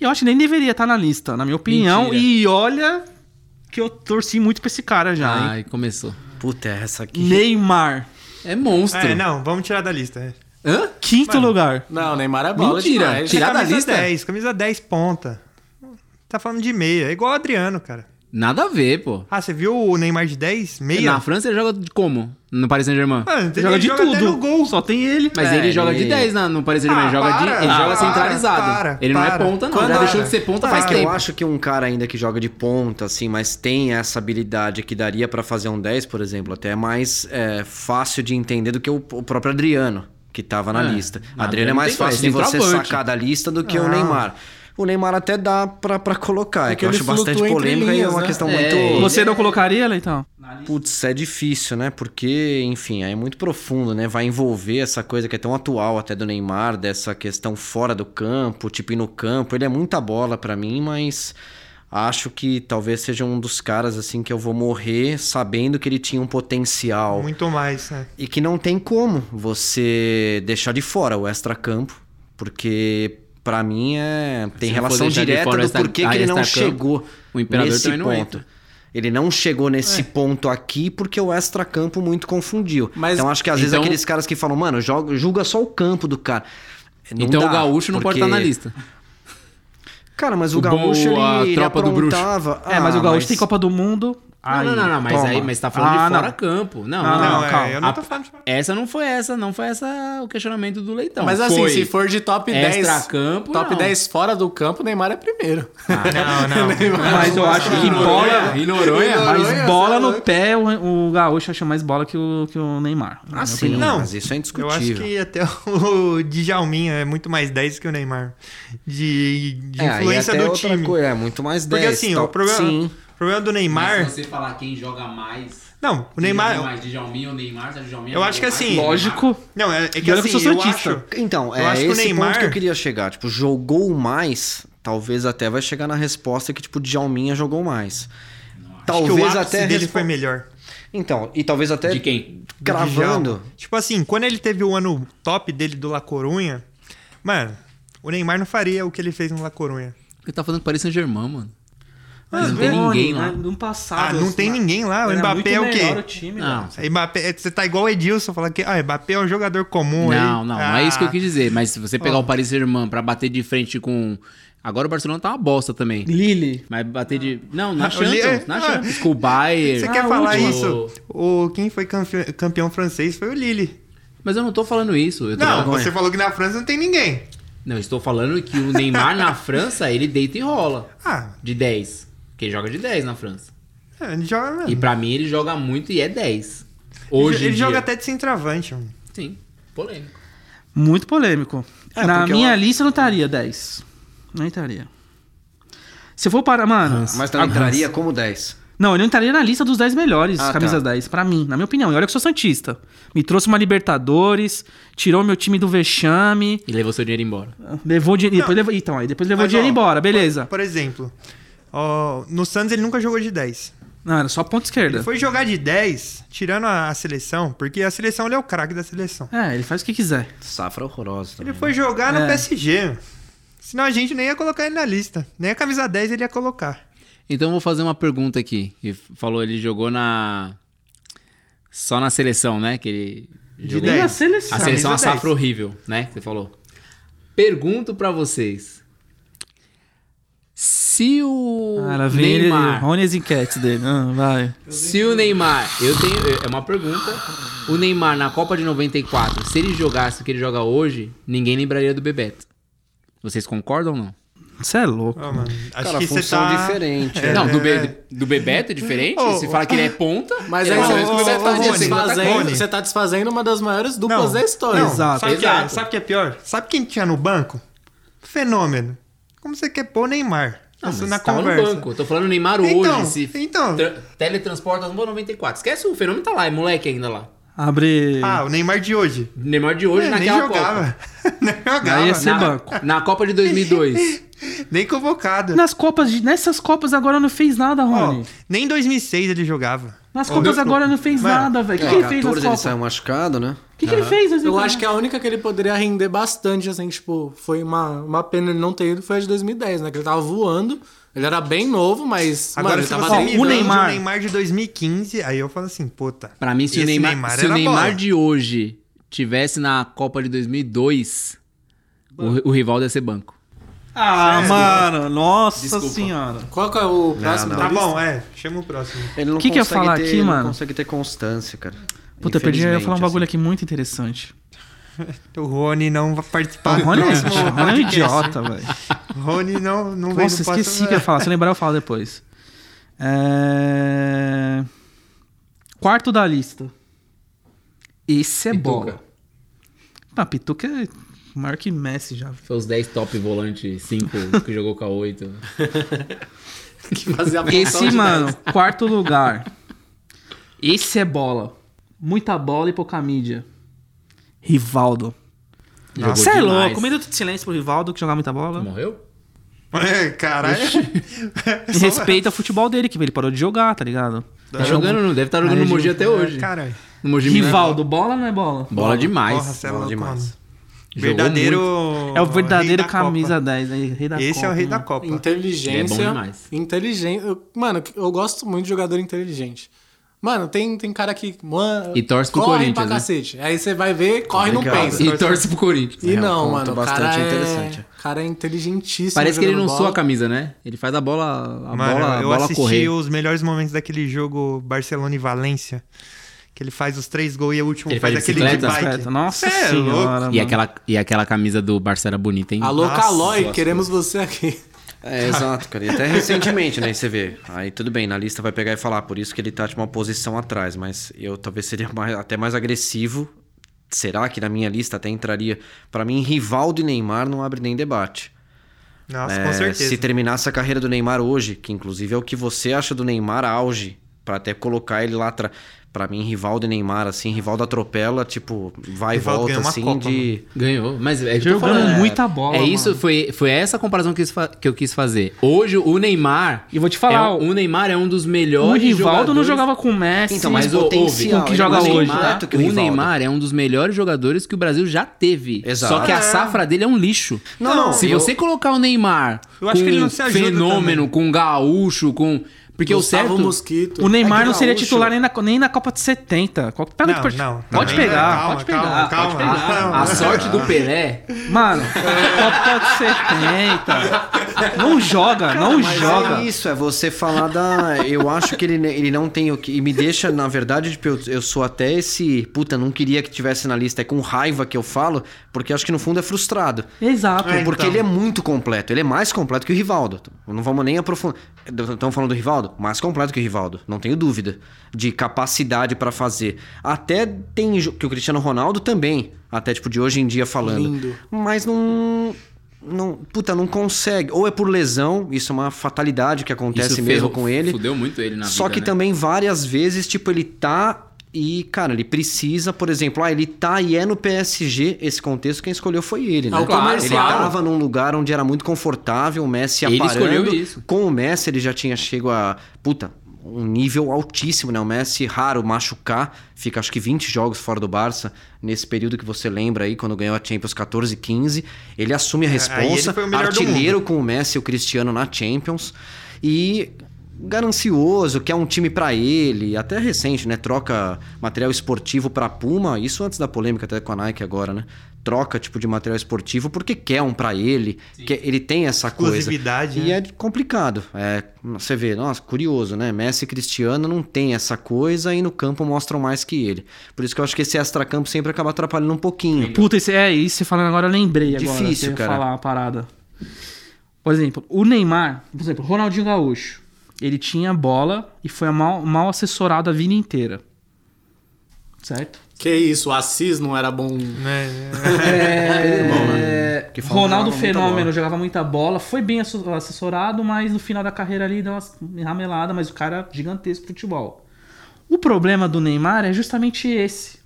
E eu acho que nem deveria estar na lista, na minha opinião. Mentira. E olha que eu torci muito pra esse cara já, hein? Ai, começou. Puta, essa aqui. Neymar. É monstro. É, não, vamos tirar da lista. é. Hã? Quinto lugar. Não, Neymar é bola Mentira, demais. tirar da camisa lista? 10, camisa 10 ponta. Tá falando de meia, é igual o Adriano, cara. Nada a ver, pô. Ah, você viu o Neymar de 10? Meia? Na França ele joga de como? No Paris Saint-Germain? Ah, ele Joga de até no tudo. gol. Só tem ele. Mas É, ele joga ele- de 10 na, no Paris Ah, Saint-Germain. ele joga, de, para, ele joga para, centralizado. para, ele não é para. ponta, não. Quando- já deixou de ser ponta faz Ah, tempo. Eu acho que um cara ainda que joga de ponta, assim, mas tem essa habilidade que daria pra fazer um 10, por exemplo, até é mais é, fácil de entender do que o, o próprio Adriano, que tava na É, lista. na Adriano é Adriano mais tem mais, fácil de você centroavante. sacar da lista do que o Ah. Neymar. O Neymar até dá pra, pra colocar, é Porque que eu ele acho bastante flutua entre polêmica e é linhas, uma né? questão É, muito. ele- Você não colocaria ela, então? Putz, é difícil, né? Porque, enfim, aí é muito profundo, né? Vai envolver essa coisa que é tão atual até do Neymar, dessa questão fora do campo, tipo ir no campo. Ele é muita bola pra mim, mas acho que talvez seja um dos caras assim que eu vou morrer sabendo que ele tinha um potencial Muito mais, né? e que não tem como você deixar de fora o extracampo, porque pra mim é tem Se não for relação deixar de direta fora o do extra- porquê que ah, ele não extracampo, chegou o imperador nesse também não ponto. entra. Ele não chegou nesse É. ponto aqui porque o extracampo muito confundiu. Mas- então acho que às vezes então- aqueles caras que falam, mano, joga- julga só o campo do cara. Não então dá, o Gaúcho não pode porque- estar na lista. Cara, mas o, O bom- Gaúcho ele, a ele tropa do bruxo. aprontava. é, mas Ah, o Gaúcho tem Copa do Mundo. Aí, não, não, não, não, mas toma. aí, mas tá falando Ah, de não. fora campo. Não, Não, não, Não, Ah, não. é, calma. eu não A- tô falando de... Essa não foi essa, não foi essa o questionamento do Leitão. Mas assim, Foi se for de top 10. extra-campo, top não. 10 fora do campo, Neymar é primeiro. Não, não. é Mas eu acho que Em Noronha, bola. em Noronha, Em Noronha. Mas Noronha, bola você é no louco. pé, o, o Gaúcho acha mais bola que o, que o Neymar. na minha Ah, sim, opinião. Não. mas isso Eu é acho indiscutível. que até o Djalminha é muito mais 10 que o Neymar. De, de É, aí influência até do outra time. coisa, é muito mais 10. Porque assim, tal- o problema, Sim. o problema do Mas Neymar. se você falar quem joga mais, Não, o quem Neymar. joga mais Djalminha ou Neymar, se é Djalminha, Eu é acho que Neymar. assim- Lógico. Não, é, é que E olha que eu assim, sou eu santista. acho. Então, Eu é acho que o esse Neymar- ponto que eu queria chegar. Tipo, jogou mais, talvez até vai chegar na resposta que, tipo, Djalminha jogou mais. acho que Talvez o ápice até. dele respo- foi melhor. Então, e talvez até De quem? do cravando. Djalma. Tipo assim, quando ele teve o ano top dele do La Corunha, mano, o Neymar não faria o que ele fez no La Corunha. Porque tá falando Paris Saint-Germain, mano. Mas não tem ninguém lá. No Ah, passado. não tem ninguém lá. O Mbappé é o quê? Não, Aí, Mbappé, você tá igual o Edilson, falar que ah, Mbappé é um jogador comum. Não, aí. não, não é isso que eu Ah, quis dizer. Mas se você pegar o Paris Saint-Germain pra bater de frente com. Agora o Barcelona tá uma bosta também. Lili. Mas bater de. Não, na Eu li- Champions. Na Ah, Champions. Com o Bayern. Você Ah, quer falar último. isso? O, quem foi campe- campeão francês foi o Lille. Mas eu não tô falando isso. Eu tô Não, falando... você falou que na França não tem ninguém. não, eu estou falando que o Neymar na França, ele deita e rola. Ah, De 10. Porque ele joga de 10 na França. é, ele joga mesmo. E pra mim ele joga muito e é 10. Ele- Hoje. ele em joga dia. até de centroavante. mano. Sim, polêmico. Muito polêmico. É, Na porque eu minha acho- lista eu não estaria 10. Não estaria. Se eu for parar, mano. Mas não entraria como 10. Não, ele não estaria na lista dos 10 melhores Ah, camisas tá. 10, pra mim, na minha opinião. E olha que eu sou Santista. Me trouxe uma Libertadores, tirou meu time do vexame, E levou seu dinheiro embora. levou dinheiro. Depois levou, então, aí depois levou Mas, dinheiro ó, embora, beleza. Por exemplo, ó, no Santos ele nunca jogou de 10. Não, era só ponta esquerda. Ele foi jogar de 10, tirando a, a seleção, porque a seleção ele é o craque da seleção. É, ele faz o que quiser. Safra horrorosa. Ele Também. foi jogar no É. PSG. Senão a gente nem ia colocar ele na lista. Nem a camisa 10 ele ia colocar. Então eu vou fazer uma pergunta aqui. Ele falou, ele jogou na. Só na seleção, né? Que ele. De Jogou... nem a dez. seleção. A seleção é Camisa safra horrível, né? Que você falou. Pergunto pra vocês. Se o Ah, lá vem ele, Neymar. olha as enquetes dele. Ah, vai. Se o Neymar, eu tenho, é uma pergunta. O Neymar na Copa de 94, se ele jogasse o que ele joga hoje, ninguém lembraria do Bebeto. Vocês concordam ou não? Você é louco. Ó, Ah, mano, acho Cara, que você função tá... diferente. é. não, do, Be- do Bebeto é diferente? Oh, você fala que ele é ponta, Mas ele aí é ô, mais ou menos ô, que você, o ô, tá Bebeto, Rony, você fala que- desfazendo, Rony. você tá desfazendo uma das maiores duplas Não, da história. Não, Exato. Sabe, que é, Exato. sabe que é pior? Sabe quem tinha no banco? Fenômeno. Como você quer pôr o Neymar? Não, Isso Ah, mas na tava conversa. no banco. Eu tô falando Neymar tá Então, hoje. Se então. tra- teletransporta um no 94. Esquece o fenômeno, tá lá, é moleque ainda lá. Abre. Ah, o Neymar de hoje. Neymar de hoje É, nem naquela Copa. jogava. nem jogava. Aí ia ser Na, banco. na Copa de 2002. Nem convocado. Nas Copas, de- nessas Copas agora não fez nada, Ó, Rony. nem em 2006 ele jogava. Nas Ó, Copas eu- agora não fez Mano, nada, velho. O que, É, que ele fez 14 nas ele Copas? saiu machucado, né? O que, que ele fez? em 2019? Eu acho que é- a única que ele poderia render bastante, assim, tipo, foi uma, uma pena ele não ter ido, foi a de 2010, né? Que ele tava voando, ele era bem novo, mas. Agora, tá mano, ele se tava você Ó, me o o Neymar. Neymar. o Neymar de 2015, aí eu falo assim, puta. Pra mim, se o esse Neymar, se o era Neymar bola. de hoje tivesse na Copa de 2002, o, o Rivaldo ia ser banco. Ah, Sério? mano, nossa senhora. Qual que é o próximo? da Tá lista? bom, é. Chama o próximo. Ele não Que que eu ia consegue falar ter- aqui, ele mano? Não consegue ter constância, cara. Puta, eu perdi. Eu ia Infelizmente, falar um bagulho assim. aqui muito interessante. O Rony não vai participar. O do Rony é, próximo o Rony é um podcast. idiota, velho. Rony não, não Nossa, veio no esqueci próximo- que eu ia falar. Se eu lembrar, eu falo depois. É... Quarto da lista. Esse é bola. Ah, Pituca é maior que Messi já. Foi os 10 top volante, 5 que jogou com a 8. Que fazia Tá a função Esse, então. de mano, quarto lugar. Esse é bola. Muita bola e pouca mídia. Rivaldo. Jogou Você é demais. louco. Um minuto de silêncio pro Rivaldo que jogava muita bola. Morreu? É, Caralho. E respeita o futebol dele, que ele parou de jogar, tá ligado? Tá jogando, não. Deve estar jogando Aí, no Mogi gente, até hoje. É, Caralho. No Mogi Minas. Rivaldo, bola ou não é bola? Bola Porra, demais. você é bola louco, demais. mano. Jogou Verdadeiro. É o verdadeiro rei da Copa. camisa 10, né? Rei da Esse Copa, é o rei mano. da Copa. Então, Inteligência. Ele é bom demais. Inteligente. eu- Mano, eu gosto muito de jogador inteligente. Mano, tem, tem cara que. Mano, E torce pro corre Corinthians, pra né? cacete. Aí você vai ver, corre e não Obrigado. pensa. E torce pro Corinthians. E É, um não, ponto mano. O cara bastante é, interessante. o cara é inteligentíssimo. Parece que ele não jogando soa a bola. camisa, né? Ele faz a bola, a Mano, bola, a eu bola assisti correr. os melhores momentos daquele jogo Barcelona e Valência. Que ele faz os três gols e é o último Ele faz faz de aquele de bicicleta? bike. Bicicleta, Nossa Cê é louco. senhora. E mano. aquela, e aquela camisa do Barça era bonita, hein? Alô, Nossa, Calói, nossa. queremos você aqui. É, exato, cara. E até recentemente, né? Você vê. Aí tudo bem, na lista vai pegar e falar, por isso que ele tá tipo, uma posição atrás, mas eu talvez seria mais- até mais agressivo. Será que na minha lista até entraria? Pra mim, Rivaldo e Neymar não abre nem debate. Nossa, É, com certeza. Se terminasse a carreira do Neymar hoje, que inclusive é o que você acha do Neymar auge, pra até colocar ele lá atrás. Pra mim, Rivaldo e Neymar, assim, Rivaldo atropela, tipo, vai e Rivaldo volta, ganhou uma assim, Copa, de. Ganhou, mas é que eu tô Jogando falando, é- muita bola, É isso, mano. foi, foi essa comparação que eu, quis fa- que eu quis fazer. Hoje o Neymar. E vou te falar, é um- o Neymar é um dos melhores. O Rivaldo não jogadores- jogava com o Messi. Então, mas ô, o ouve, potencial. o que ele é joga mais hoje, Neymar, completo que o Rivaldo. Neymar é um dos melhores jogadores que o Brasil já teve. Exato. Só que É. a safra dele é um lixo. Não, não, Se eu- você colocar o Neymar Eu acho com que ele não se ajuda fenômeno, também. com gaúcho, com porque Gustavo o certo Mosquito. O Neymar É não que seria gaúcho. titular nem na, nem na Copa de 70. Qual- pega Não, de- não, pode não, pegar, calma, pode pegar. calma, pode calma. pegar. a, a sorte do Pelé Mano, Copa de 70. Não joga, não Mas joga. é isso, é você falar da. Eu acho que ele, ele não tem o que. E me deixa, na verdade, tipo, eu, eu sou até esse. Puta, não queria que tivesse na lista. É com raiva que eu falo, porque acho que no fundo é frustrado. Exato. porque ele é muito completo. Ele é mais completo que o Rivaldo. Não vamos nem aprofundar. Estamos falando do Rivaldo? Mais completo que o Rivaldo. Não tenho dúvida. De capacidade pra fazer. Até tem. jo- Que o Cristiano Ronaldo também. Até tipo de hoje em dia falando. Lindo. Mas não. Não, puta, não consegue. Ou é por lesão, isso é uma fatalidade que acontece Isso mesmo ferrou- com ele. Fudeu muito ele na Só vida, que né? também várias vezes, tipo, ele tá e, cara, ele precisa, por exemplo, ah, ele tá e é no PSG, esse contexto quem escolheu foi ele, né? É o comercial. Ele tava num lugar onde era muito confortável, o Messi Ele aparando. escolheu isso. Com o Messi ele já tinha chego a, puta, um nível altíssimo, né? O Messi raro machucar, fica acho que 20 jogos fora do Barça nesse período que você lembra aí quando ganhou a Champions 14 15, ele assume a É, aí ele responsa, foi o melhor do artilheiro com o Messi e o Cristiano na Champions e ganancioso, quer um time pra ele, até recente, né? Troca material esportivo pra Puma, isso antes da polêmica até com a Nike agora, né? Troca tipo de material esportivo porque quer um pra ele, quer- ele tem essa coisa. Exclusividade. E né? é complicado. É, você vê, nossa, curioso, né? Messi e Cristiano não tem essa coisa e no campo mostram mais que ele. Por isso que eu acho que esse extracampo sempre acaba atrapalhando um pouquinho. Puta, isso, é isso, você falando agora, eu lembrei agora. Difícil, você ia cara. falar uma parada. Por exemplo, o Neymar, por exemplo, Ronaldinho Gaúcho. Ele tinha bola e foi mal, mal assessorado a vida inteira. Certo? Que isso, o Assis não era bom. É, né, Porque falta é, Ronaldo muita bola. Fenômeno jogava muita bola, foi bem assu- assessorado, mas no final da carreira ali deu uma ramelada, mas o cara é gigantesco futebol. O problema do Neymar é justamente esse.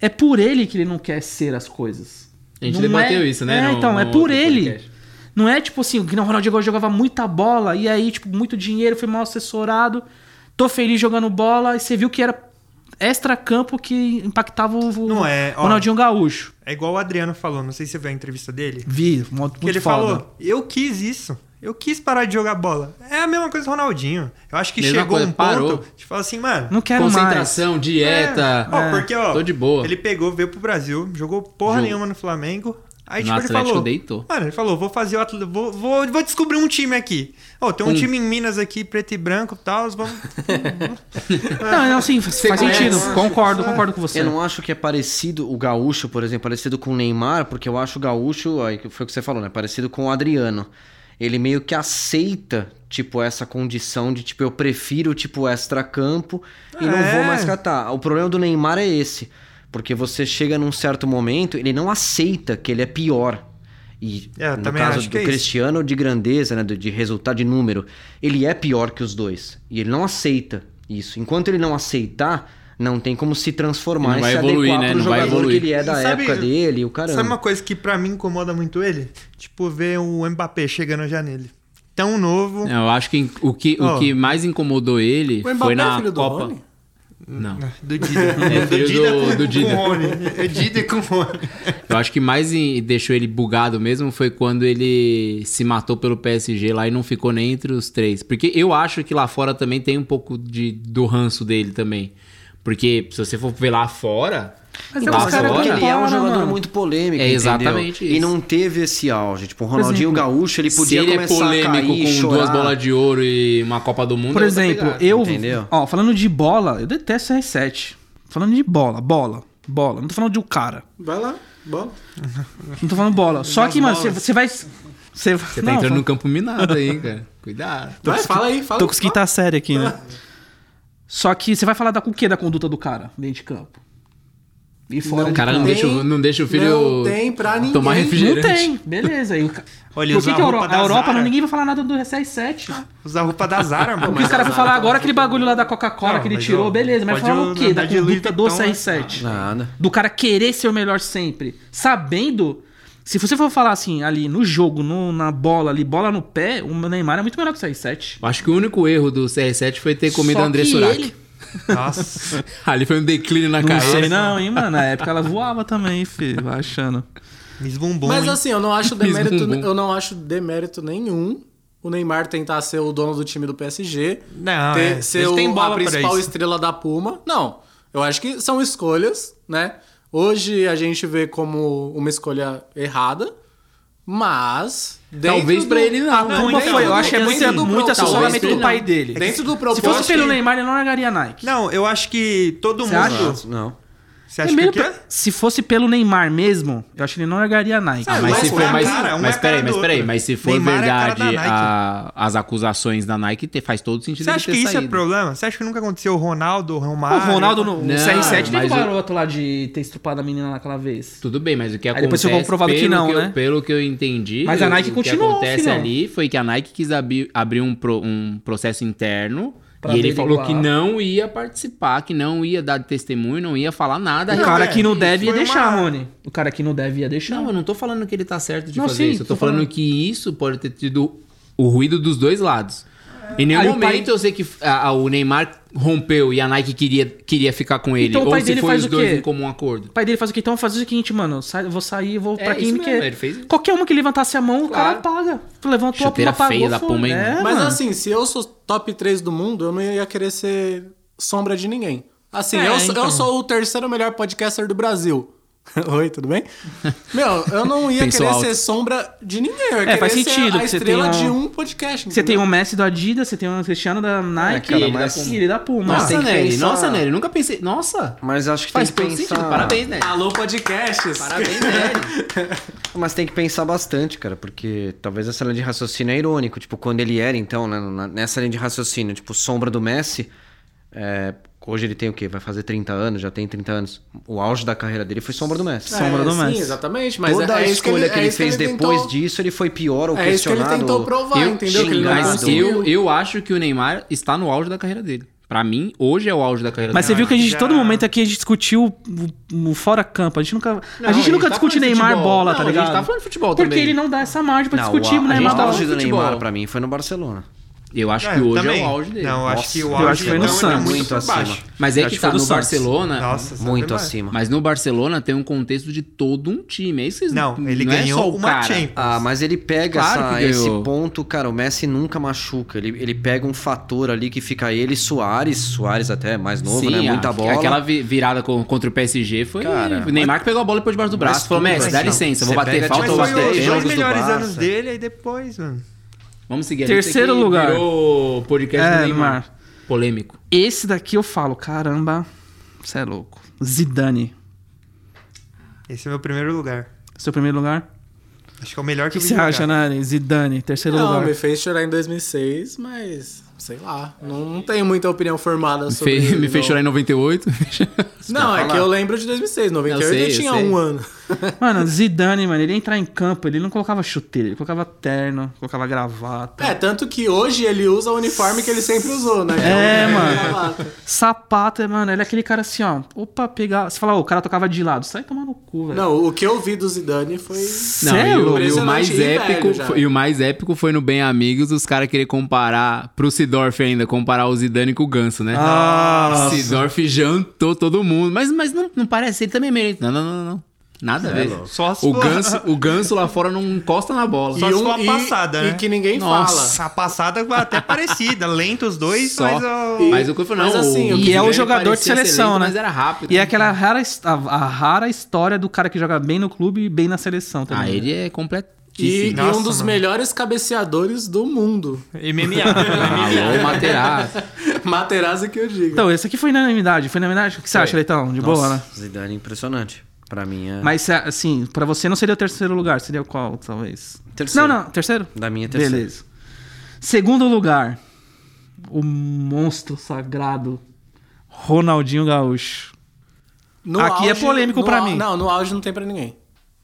É por ele que ele não quer ser as coisas. A gente Não debateu é- isso, né? É, no- então, é no por outro ele. podcast. Não é tipo assim, o Cristiano Ronaldo jogava- jogava muita bola e aí, tipo, muito dinheiro, foi mal assessorado. Tô feliz jogando bola e você viu que era extra-campo que impactava o Não é, ó. Ronaldinho Gaúcho. É igual o Adriano falou, não sei se você viu a entrevista dele. Vi, um outro Que ele falou, eu quis isso. Eu quis parar de jogar bola. É a mesma coisa do Ronaldinho. Eu acho que Mesma chegou coisa, um parou. ponto de falar assim, mano. Não quero mais. Concentração, dieta. É. Ó, porque, ó, Tô de boa. Ele pegou, veio pro Brasil, jogou porra Jogou. nenhuma no Flamengo. Aí, No tipo, ele Atlético falou. deitou. Mano, ele falou: vou fazer o Atlético. Vou, vou, vou descobrir um time aqui. Ó, tem um Um. time em Minas aqui, preto e branco e tal. Vamos. Não, não, sim, faz faz conhece? sentido. Concordo, concordo com você. Eu não acho que é parecido o Gaúcho, por exemplo, parecido com o Neymar, porque eu acho o Gaúcho, aí que foi o que você falou, né? Parecido com o Adriano. Ele meio que aceita, tipo, essa condição de, tipo, eu prefiro, tipo, extra-campo e não É. vou mais catar. O problema do Neymar é esse. Porque você chega num certo momento, ele não aceita que ele é pior. E É, eu no também caso acho que do é isso. Cristiano, de grandeza, né, do- de resultado, de número, ele é pior que os dois. E ele não aceita isso. Enquanto ele não aceitar, não tem como se transformar Não e vai se evoluir, adequar né? pro Não vai jogador evoluir. que ele é da Sabe- época dele, e o caramba. Sabe uma coisa que pra mim incomoda muito ele? Tipo, ver o Mbappé chegando já nele. Tão novo. Eu acho que o que, o Ó. que mais incomodou ele O foi Mbappé na é filho do Copa. Rony? Não. Do Dida. É filho do- do Dida. com Rony. É Dida com Rony. Eu acho que mais em- deixou ele bugado mesmo foi quando ele se matou pelo PSG lá e não ficou nem entre os três. Porque eu acho que lá fora também tem um pouco de, do ranço dele também. Porque se você for ver lá fora. Mas é lá uns caras fora- porque ele é um Para, jogador mano. muito polêmico, É entendeu? exatamente isso. E não teve esse auge. Tipo, o Ronaldinho exemplo, Gaúcho, ele Se podia ele é começar polêmico a cair, com chorar. duas bolas de ouro e uma Copa do Mundo. Por é outra exemplo, pegada. eu. tá entendeu? Ó, falando de bola, eu detesto R7. Falando de bola, bola, bola. Não tô falando de um cara. Vai lá, bola. Não tô falando bola. Só que, mano, você- você vai. Você Você tá tá entrando no campo minado aí, cara. Cuidado. Vai, fala aí, fala Tô com esquita séria aqui, né? Só que você vai falar da, o quê da conduta do cara dentro de campo? E fora O de cara campo. não deixa, o- não deixa o filho Não tem pra ninguém. tomar Não refrigerante. tem, beleza. E o ca- Olha, Por que, usa que a a roupa Europa, a da Europa Zara. não, ninguém vai falar nada do RCR7? Usar a roupa da Zara, mano. O que os caras vão falar agora, aquele bagulho lá da Coca-Cola Não, que ele mas, tirou, ó, beleza. Mas pode falar o eu então, quê? Da andar de conduta do Louis Vuitton, CR7. Nada. Do cara querer ser o melhor sempre. Sabendo. Se você for falar assim, ali no jogo, no- na bola, ali, bola no pé, o Neymar é muito melhor que o CR7. Eu Acho que o único erro do CR7 foi ter comido Só André que Surak. ele- Nossa. Ali foi um declínio na Não carreira. sei não, hein, mano. Na época ela voava também, filho. Vai achando. Miss Bumbum. Mas hein? assim, eu não acho demérito, bumbum. eu não acho demérito nenhum o Neymar tentar ser o dono do time do PSG, Não, ter- é. ser Eles o, têm bola a pra principal isso. estrela da Puma. Não, eu acho que são escolhas, né? Hoje a gente vê como uma escolha errada, mas dentro Talvez do- pra ele não, Ah, né? não, Como dentro foi? do- Eu acho que é dentro muito, do muito propósito, assessoramento do né? não. pai É dele. Dentro do Se propósito. fosse pelo Neymar, ele não largaria a Nike. Não, eu acho que todo Você mundo. acha? Não. Você É acha que o meio quê? pe- Se fosse pelo Neymar mesmo, eu acho que ele não largaria a Nike. Ah, Ah, mas mas se um for, é a mas, cara, um é mas a peraí, cara mas do peraí, outro. mas se for Neymar é a cara verdade da a- as acusações da Nike, te- faz todo sentido Você ele acha ter que isso é saído. problema? Você acha que nunca aconteceu o Ronaldo, o Pô, Romário? o Ronaldo no Não, o CR7 teve mas o- garoto lá de ter estrupado a menina naquela vez. Tudo bem, mas o que Aí acontece... depois ficou comprovado que pelo não, eu- né? Pelo que eu entendi... Mas a Nike o continuou, O que acontece filhão. ali foi que a Nike quis abrir, abrir um, pro- um processo interno... Pra e ele averiguar. falou que não ia participar, que não ia dar testemunho, não ia falar nada. O Não, Um cara é, que não deve ia foi uma- deixar, Rony. O cara que não deve ia deixar. Não, eu não tô falando que ele tá certo de Não, fazer sim, isso. Eu tô, tô falando falando. que isso pode ter tido o ruído dos dois lados. Em nenhum É. Aí o momento pai- eu sei que a- a- o Neymar rompeu e a Nike queria, queria ficar com ele. Então o ou pai se dele foi faz os o dois quê? em comum acordo. O pai dele faz o quê? Então faz o seguinte, mano. sai- eu vou sair, eu vou É, pra quem isso me mesmo, quer. ele fez isso. Qualquer uma que levantasse a mão, Claro. o cara paga. Levantou Chuteira a puma, pagou. feia da foda. Puma, hein? É, Mas mano. assim, se eu sou top 3 do mundo, eu não ia querer ser sombra de ninguém. Assim, É, eu, sou- então. eu sou o terceiro melhor podcaster do Brasil. Oi, tudo bem? Meu, eu não ia Pensou querer alto. ser sombra de ninguém. Eu ia É, querer faz ser sentido, a porque você estrela tem de um- um podcast. Você tem entendeu? o Messi da Adidas, você tem o Cristiano da Nike cara, e mas- um é da- e ele da Puma. Ah, Mas tem Nossa, que Nery, pensar- nossa, Nery, nunca pensei. Nossa! Mas acho que Faz tem todo que sentido. pensar... Parabéns, um- Nery. Ah, Alô, podcasts! Parabéns, Nery. Mas tem que pensar bastante, cara, porque talvez essa linha de raciocínio é irônico. Tipo, quando ele era, então, né, na- nessa linha de raciocínio, tipo, sombra do Messi, é, hoje ele tem o quê? Vai fazer 30 anos, já tem 30 anos. O auge da carreira dele foi sombra do Messi. Sombra do Messi. É, Sim, exatamente. Mas Toda é, a é isso que escolha que ele, é isso fez tentou- depois disso, ele foi pior ou É isso que ele questionado. tentou ou- provar, Eu- entendeu? Que ele não xingado. Mas conseguiu. eu, eu acho que o Neymar está no auge da carreira dele. Pra mim, hoje é o auge da carreira Mas você dele. viu que a gente, já- todo momento aqui, a gente discutiu o, o fora campo. A gente nunca, Não, a gente nunca tá discute falando de Neymar futebol. bola, Não, tá ligado? A gente tá falando de futebol Porque também. ele não dá essa margem pra Não, discutir o, o a, Neymar gente tá o bola. auge do futebol. Neymar, pra mim, foi no Barcelona. Eu acho É, que hoje também. é o auge dele. Não, eu acho Nossa, que eu o acho auge que foi no então, ele é Santos. Muito acima. baixo. Mas é Eu acho que que foi tá do no Santos. Barcelona. Nossa, Santos Muito é baixo. acima. Mas no Barcelona tem um contexto de todo um time. Aí vocês Não, ele não ganhou é só o uma cara. Champions. Ah, mas ele pega Claro essa- que esse ganhou. ponto, cara, o Messi nunca machuca. Ele, ele pega um fator ali que fica ele, Soares, Soares até é mais novo, Sim, né? a- Muita bola. Aquela vi- virada co- contra o PSG foi. Cara, o Neymar que pegou a bola e pôs debaixo do braço. mas Falou, tudo Messi, bem, dá não. licença, eu vou Você bater pega falta, Mas eu vou tipo foi os bater. os dois dez jogos do melhores Barça. anos dele, aí depois, mano. Vamos seguir a Terceiro lista que lugar. Virou podcast É, do Neymar. Neymar. Polêmico. Esse daqui eu falo, caramba, você é louco. Zidane. Esse é meu primeiro lugar. Seu primeiro lugar? Acho que é o melhor O que que, eu vi você jogar. acha, né? Nani? Zidane, terceiro Não, lugar. me fez chorar em 2006, mas sei lá, não, não tenho muita opinião formada Me sobre fez, ele, me fez não. chorar em 98. Não, é que eu lembro de 2006, 98 eu, Eu sei, eu tinha sei. um ano. Mano, Zidane, mano, ele ia entrar em campo, ele não colocava chuteira, ele colocava terno, colocava gravata. É, tanto que hoje ele usa o uniforme que ele sempre usou, né? que É, o uniforme mano. da gravata. Sapato, mano, ele é aquele cara assim, ó. Opa, pegar. Você fala, ó, o cara tocava de lado, sai tomar no cu, velho. é Não, o que eu vi do Zidane foi... Não, e Sério? o- e, o mais Impressionante, e épico, velho já. foi- e o mais épico foi no Bem Amigos, os caras querer comparar pro Sidorf ainda, comparar o Zidane com o Ganso, né? Ah, Sidorf jantou todo mundo, mas, mas não, não parece, ele também merece. Não, não, não, não. Nada a ver. Só se o, for- ganso, o Ganso lá fora não encosta na bola. Só e se um, for a e- passada, e, né? que ninguém Nossa. A passada até parecida, lenta os dois, Só. mas ó, Mas o Cufo não. Mas assim, o o E é o Zidane jogador de parecia ser seleção, lento, né? Mas era rápido. E é aquela rara, his- a, a rara história do cara que joga bem no clube e bem na seleção também. Ah, né? ele é E, e completíssimo. Nossa, um dos mano. melhores cabeceadores do mundo. MMA. Alô, Materazzi. Materazzi que eu digo. Então, esse aqui foi unanimidade, foi unanimidade. O que você acha, Leitão? De boa, né? Nossa, Zidane é impressionante. Pra mim é. Mas, assim, pra você não seria o terceiro lugar, seria qual, talvez? Terceiro. Não, não, terceiro? Da minha é terceiro. Beleza. Segundo lugar, o monstro sagrado Ronaldinho Gaúcho. No Aqui é polêmico no pra au- mim. Não, no auge não tem pra ninguém.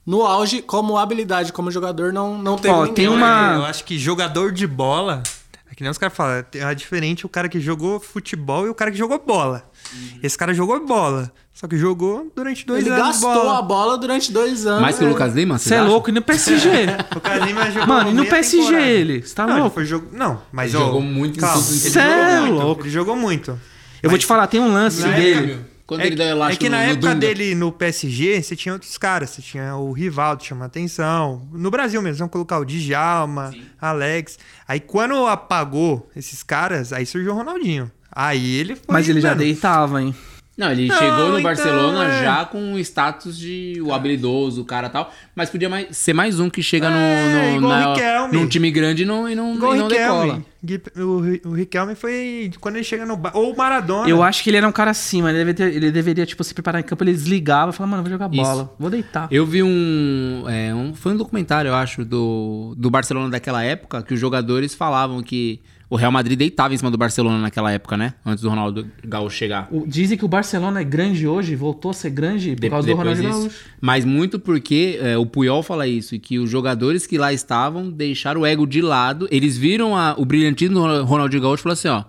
No auge, como habilidade, como jogador, não, não tem Ó, ninguém. né? tem uma- É, Eu acho que jogador de bola. É que nem os caras falam, é diferente o cara que jogou futebol e o cara que jogou bola. Uhum. Esse cara jogou bola, só que jogou durante dois Ele anos gastou bola. a bola durante dois anos. Mais que o né? Lucas Lima, Você é acha? louco, e no PSG. O cara nem mais jogou Mano, e no meia PSG temporada. ele? Você tá não, ele louco? foi jogo- Não, mas Ele ó, jogou muito em calma, todos os ele Cê jogou é muito, louco. Ele jogou muito. Eu vou te falar, tem um lance Na dele. Quando é, ele dá é elástico que na no- no época Dunga. dele no PSG, você tinha outros caras. Você tinha o Rivaldo, chama atenção. No Brasil mesmo, vamos colocar o Djalma, Alex. Aí quando apagou esses caras, aí surgiu o Ronaldinho. Aí ele foi. Mas ele já mano, deitava, hein? Não, ele Não, chegou no então, Barcelona é. já com o status de o habilidoso, o cara tal. Mas podia mais- ser mais um que chega no, É, no, igual o na- Riquelme. num time grande e não, e não, Igual e o não decola. Riquelme. Gui- O, Ri- o Riquelme foi quando ele chega no. Ba- Ou o Maradona. Eu acho que ele era um cara assim, mas ele deveria, ele deveria, tipo, se preparar em campo, ele desligava e falava, mano, vou jogar Isso. bola, vou deitar. Eu vi um, é, um- Foi um documentário, eu acho, do, do Barcelona daquela época, que os jogadores falavam que o Real Madrid deitava em cima do Barcelona naquela época, né? Antes do Ronaldo Gaúcho chegar. O- dizem que o Barcelona é grande hoje, voltou a ser grande por De- causa do depois Ronaldo disso. Gaúcho. Mas muito porque é, o Puyol fala isso, e que os jogadores que lá estavam deixaram o ego de lado, eles viram a- o brilhantismo do Ron- Ronaldinho Gaúcho e falaram assim, ó.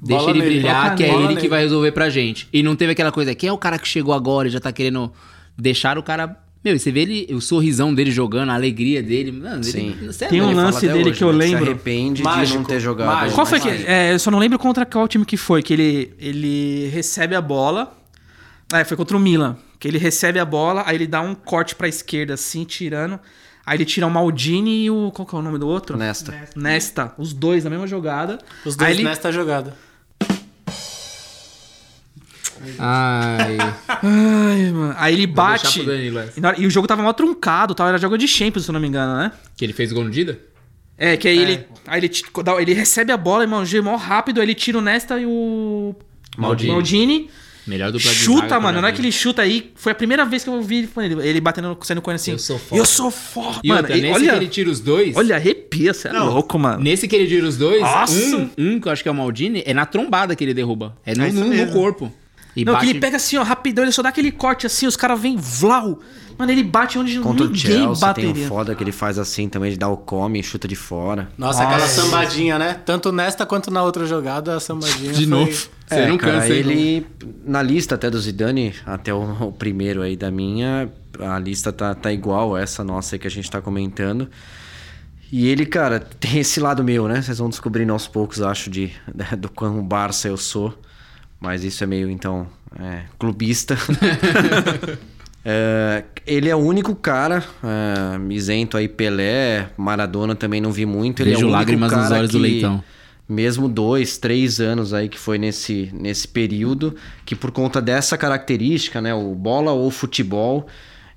Deixa Bola ele nele, brilhar, toca que é nele. ele Bola que nele. vai resolver pra gente. E não teve aquela coisa, quem é o cara que chegou agora e já tá querendo deixar o cara. Meu, e você vê ele, o sorrisão dele jogando, a alegria dele. Mano, Sim. ele, Cê é Tem um louco. Ele fala lance até dele hoje, que eu né, lembro. Se arrepende de não Mágico, ter jogado. mágico. Qual foi mais que. tempo. É, eu só não lembro contra qual time que foi, que ele, ele recebe a bola. É, foi contra o Milan. Que ele recebe a bola, aí ele dá um corte pra esquerda, assim, tirando. Aí ele tira o Maldini e o. Qual que é o nome do outro? Nesta. Nesta. Os dois na mesma jogada. Os dois Aí ele- nesta jogada. Ai. Ai, mano. Aí ele bate. deixar pro Danilo essa. E, na hora- e o jogo tava mal truncado tal. Era jogo de Champions, se eu não me engano, né? que ele fez o gol no Dida? É, que aí ele. Aí ele, ti- dá- ele recebe a bola, irmão, G mó rápido, aí ele tira o Nesta e o. Maldini. Maldini. Melhor do Chuta, mano. é Na hora que ele chuta aí, foi a primeira vez que eu vi ele, ele batendo, saindo correndo assim. Eu sou foda. Eu sou foda. E mano, outra, e nesse olha, que ele tira os dois. olha, arrepia, você é louco, mano. Nesse que ele gira os dois, Nossa! um, um, que eu acho que é o Maldini, é na trombada que ele derruba. É no, É isso no- no mesmo. corpo. E Não, que bate- ele pega assim, ó, rapidão, ele só dá aquele corte assim, os caras vêm vlau. Mano, ele bate onde Contra o ninguém Chelsea tem bateria. um foda que ele faz assim também, ele dá o come e chuta de fora. Nossa, aquela sambadinha, né? Tanto nesta quanto na outra jogada, a sambadinha de foi- novo. Você É, não cara, cansa, hein? ele na lista até do Zidane, até o, o primeiro aí da minha, a lista tá, tá igual essa nossa aí que a gente tá comentando. E ele, cara, tem esse lado meu, né? Vocês vão descobrindo aos poucos, acho, de, né, do quão Barça eu sou. Mas isso é meio, então, é, clubista. É, ele é o único cara, é, isento aí Pelé, Maradona também não vi muito. Ele Vejo é o único lágrimas nos cara olhos do que, Leitão. Mesmo dois, três anos aí que foi nesse, nesse período, que por conta dessa característica, né, o bola ou futebol,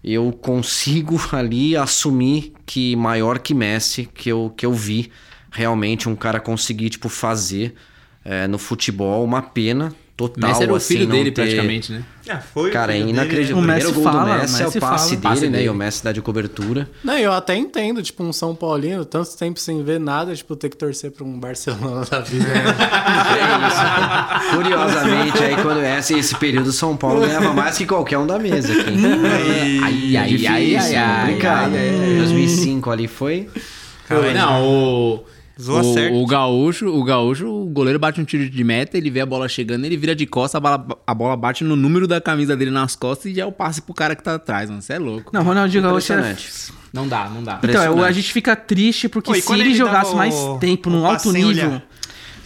eu consigo ali assumir que maior que Messi, que eu, que eu vi realmente um cara conseguir tipo, fazer é, no futebol uma pena total. Messi era o assim, filho não dele, ter- praticamente, né? Ah, foi. Cara, é foi o dele, inacreditável. O O, Messi primeiro gol fala, do Messi é Messi o passe fala. dele, Passe né? dele. E o Messi dá de cobertura. Não, eu até entendo, tipo, um São Paulino, tanto tempo sem ver nada, tipo, ter que torcer pra um Barcelona da vida. Curiosamente, aí quando é esse, esse período, São Paulo ganhava mais que qualquer um da mesa aqui. Ai, ai, Difícil, ai, ai, ai, complicado. ai, ai, ai. 2005 ali foi. Calma aí. Não, o. Zoa certo. O, o gaúcho, o gaúcho, o goleiro bate um tiro de meta, ele vê a bola chegando, ele vira de costas, a bola, a bola bate no número da camisa dele nas costas e já é o passe pro cara que tá atrás, mano. Você é louco. é Não, Ronaldinho Gaúcho é... Impressionante. Não dá, não dá. Então, eu- a Impressionante. gente fica triste porque Pô, e se quando ele, ele jogasse dava mais o- tempo, o num passe alto sem nível... olhar.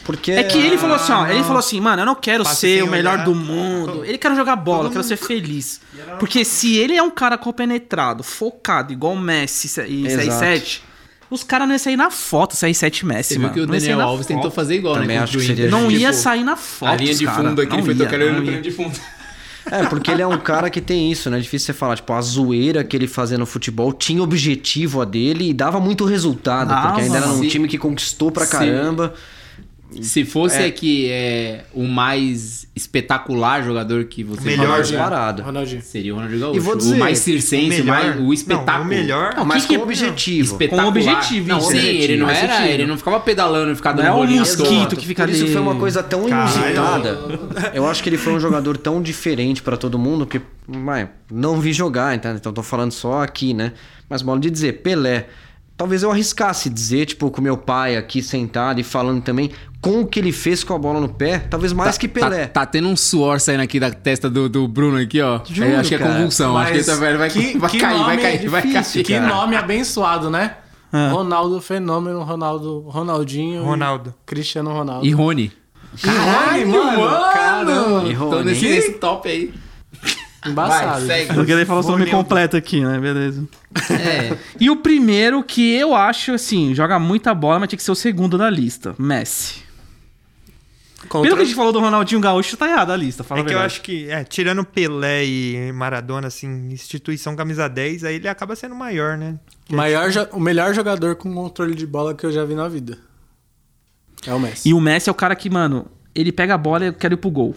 Porque É que ele falou assim, ó, ele falou assim, mano, eu não quero Passe ser sem o melhor olhar. do mundo. Ele quer jogar bola, eu quero ser feliz. Porque se ele é um cara compenetrado, focado, igual o Messi e Exato. CR7, os caras não iam sair na foto, CR7 Messi, Você viu mano. que o não ia sair Daniel na Alves tentou foto. fazer igual, Também né? acho contra o que Inter. seria Não Tipo, ia sair na foto, A linha de cara. fundo aqui, ele Não foi ia, tocando não ele olhando pra ia. linha de fundo. É, porque ele é um cara que tem isso, né? Difícil você falar. Tipo, a zoeira que ele fazia no futebol tinha objetivo a dele e dava muito resultado. Dava, porque ainda era um sim. time que conquistou pra Sim. caramba. Se fosse aqui é, o mais espetacular jogador que você Melhor falou, jogador. Disparado. Ronaldinho. seria o Ronaldinho Gaúcho. E vou dizer, o mais circense, o, mais, o espetáculo. Não, o melhor. Não, mas que com que- objetivo. é- Espetacular. Com objetivo, não, isso, sim, objetivo, ele não faz era, sentido. ele não ficava pedalando e ficava Não dando é um bolinha à mosquito toa. que fica Por isso ali. foi uma coisa tão Caralho. inusitada. Eu acho que ele foi um jogador tão diferente pra todo mundo que, vai, não vi jogar, então, então tô falando só aqui, né? Mas modo de dizer, Pelé, talvez eu arriscasse dizer, tipo, com meu pai aqui sentado e falando também com o que ele fez com a bola no pé, talvez mais que Pelé. Tá, tá tendo um suor saindo aqui da testa do, do Bruno aqui, ó. Juro, É, acho que é cara. convulsão. acho que ele tá velho. Vai, vai cair, vai nome cair, vai difícil, cair. Que cara. É. nome abençoado, né? Ronaldo Fenômeno, Ronaldo, Ronaldinho, e Ronaldo. Cristiano Ronaldo. E Rony. Caralho, Mano, E tô Rony, tá, nesse, hein? nesse top aí. Embaçado. Porque ele falou o nome completo aqui, né? Beleza. É. E o primeiro que eu acho, assim, joga muita bola, mas tinha que ser o segundo da lista. Messi. Pelo que a gente falou do Ronaldinho Gaúcho, tá errado a lista. Fala É a que eu verdade. acho que, é, tirando Pelé e Maradona, assim, instituição camisa 10, aí ele acaba sendo maior, né? Maior, jo- o melhor jogador com controle de bola que eu já vi na vida. É o Messi. E o Messi é o cara que, mano, ele pega a bola e eu quero ir pro gol.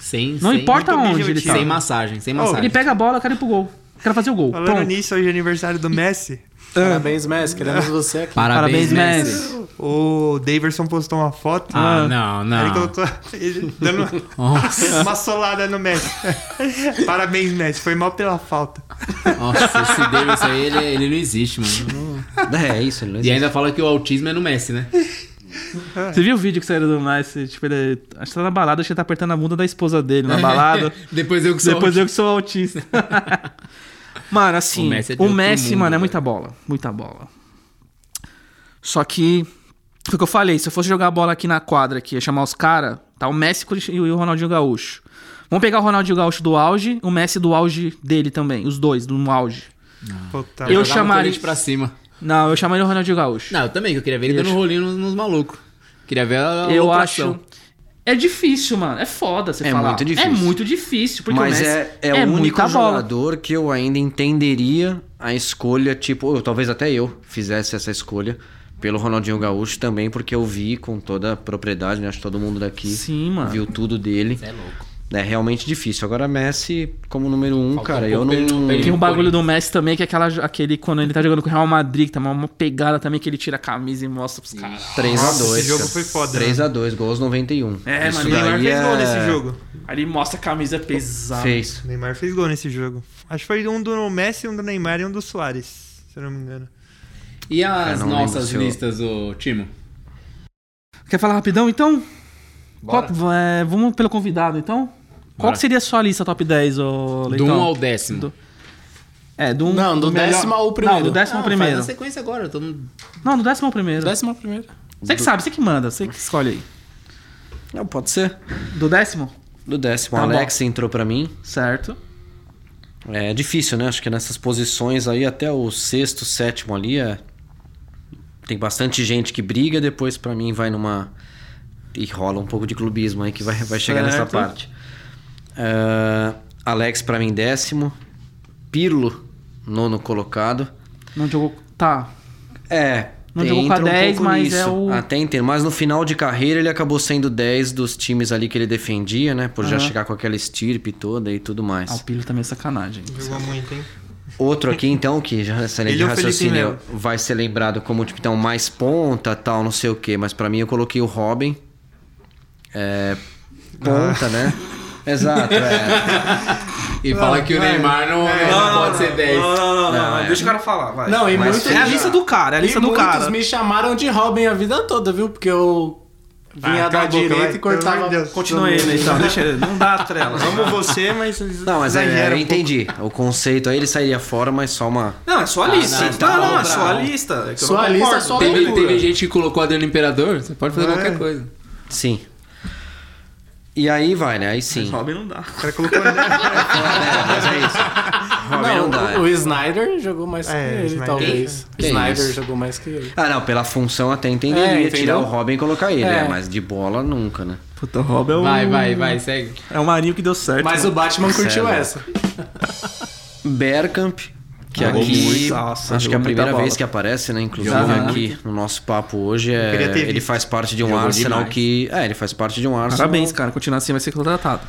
Sem, Não sem, importa muito onde ele objetivo. tá. Sem massagem, sem massagem. Ele pega a bola, eu quero ir pro gol. Eu Quero fazer o gol. Falando Pronto. nisso, hoje é aniversário do Messi. Parabéns, Messi. Queremos Ah. você aqui. Parabéns, Messi. O Daverson postou uma foto. Ah, não, Ele não. colocou ele dando uma, uma solada no Messi. Parabéns, Messi. Foi mal pela falta. Nossa, esse Davis aí, ele, ele não existe, mano. É, isso, ele não E existe. ainda fala que o autismo é no Messi, né? Você viu o vídeo que saiu do Messi? Tipo, ele. Acho que tá na balada, acho que ele tá apertando a bunda da esposa dele na balada. Depois eu que sou Depois eu que sou autista. mano, assim, o O Messi, Messi é de outro mundo, mano, é velho. muita bola. Muita bola. Só que. Foi o que eu falei, se eu fosse jogar a bola aqui na quadra, aqui, ia chamar os caras, tá? O Messi e o Ronaldinho Gaúcho. Vamos pegar o Ronaldinho Gaúcho do auge, o Messi do auge dele também, os dois, do auge. Puta, Eu Eu chamaria... chamaria- pra cima. Não, eu chamaria o Ronaldinho Gaúcho. Não, eu também, que eu queria ver ele dando um rolinho nos, nos malucos. Queria ver a eu alopração. acho. É difícil, mano. É foda você É falar. muito difícil. É muito difícil, porque Mas o Messi é, é, o único muita bola. jogador que eu ainda entenderia a escolha, tipo, ou talvez até eu fizesse essa escolha pelo Ronaldinho Gaúcho também, porque eu vi com toda a propriedade, né? Acho que todo mundo daqui Sim, mano. viu tudo dele. É louco. É realmente difícil. Agora Messi, como número um, Falta cara, um eu pouco pra ele- não. pra ele- Tem um bagulho do Messi também, que é aquela, aquele quando ele tá jogando com o Real Madrid, que tá uma, uma pegada também que ele tira a camisa e mostra pros caras. 3x2. Nossa, esse jogo foi foda, né? 3x2, gols 91. É, Isso mano, O Neymar daí fez gol é- nesse jogo. Aí ele mostra a camisa pesada. Fez. O Neymar fez gol nesse jogo. Acho que foi um do Messi, um do Neymar e um do Soares, se eu não me engano. E Cara, as não lembro nossas se eu- listas, ô Timo? Quer falar rapidão, então? Qual- é, vamos pelo convidado, então? Qual Bora. que seria a sua lista top 10, ô Do Leitão? 1 ao décimo. Do- É, do um, um Não, do então. melhor- décimo ao primeiro. assim. Não, do décimo ao Ah, faz primeiro. na sequência agora. eu Tô... no- Não, do décimo ao primeiro. Décimo ao primeiro. Você que sabe, você que manda, você que escolhe aí. Não, pode ser. Do décimo? Do décimo, Tá Alex entrou pra mim. Certo. É difícil, né? Acho que nessas posições aí, até o sexto, sétimo ali, é... tem bastante gente que briga, depois pra mim vai numa. E rola um pouco de clubismo aí que vai, vai chegar nessa Certo. parte. Ah, Alex pra mim, décimo. Pirlo, nono colocado. Não jogou. Tá. É. Não jogou com a entra 10, pouco mas é o- Até entendo. Mas no final de carreira ele acabou sendo 10 dos times ali que ele defendia, né? Por já Aham. chegar com aquela estirpe toda e tudo mais. Ah, o Pilo também é sacanagem. Jogou muito, hein? Outro aqui, então, que já nessa linha Ele de é o Felipe raciocínio Melo. vai ser lembrado como tipo, então, mais ponta, tal, não sei o quê. Mas pra mim eu coloquei o Robin. É. Ponta, né? Ah. Exato, é. E fala que o Neymar não, não pode ser 10. não, Não, é. Deixa o cara falar, vai. Não, e Mas muitos. é a lista do cara, é a lista e do muitos cara. me chamaram de Robin a vida toda, viu? Porque eu vinha Ah, da cala a boca, direita vai. e cortava. Pelo amor de Deus. Continua ele então, deixa ele. Não dá a trela. Amo você, mas. Não, mas é, exagera eu um pouco. entendi. O conceito aí ele sairia fora, mas só uma. Não, é só a lista. não, tá não, não, bom, é tá só a bom. lista. é que eu Sua não lista, concordo. sua Teve, loucura. teve gente que colocou Adriano Imperador, você pode fazer É. qualquer coisa. Sim. E aí vai, né? Aí sim. Robin não dá. O cara colocou. um- Mas é isso. Robin não, Não, dá. né? o, é. o Snyder jogou mais que É, ele, Snyder. talvez. Que Snyder isso? jogou mais que ele. Ah, não, pela função até É, entenderia entendeu? tirar o Robin e colocar ele, É. é, mas de bola nunca, né? Puta, o Robin é o. Vai, vai, vai, segue. É o Marinho que deu certo. Mas o Batman curtiu essa. Bergkamp, que Ah, Jogou aqui muito. Nossa, acho que é jogou a primeira muita bola. vez que aparece, né? Inclusive Jogou aqui no nosso papo hoje é queria ter ele visto. faz parte de um Jogou Arsenal demais. que é ele faz parte de um Arsenal Parabéns, cara. Continuar assim vai ser contratado.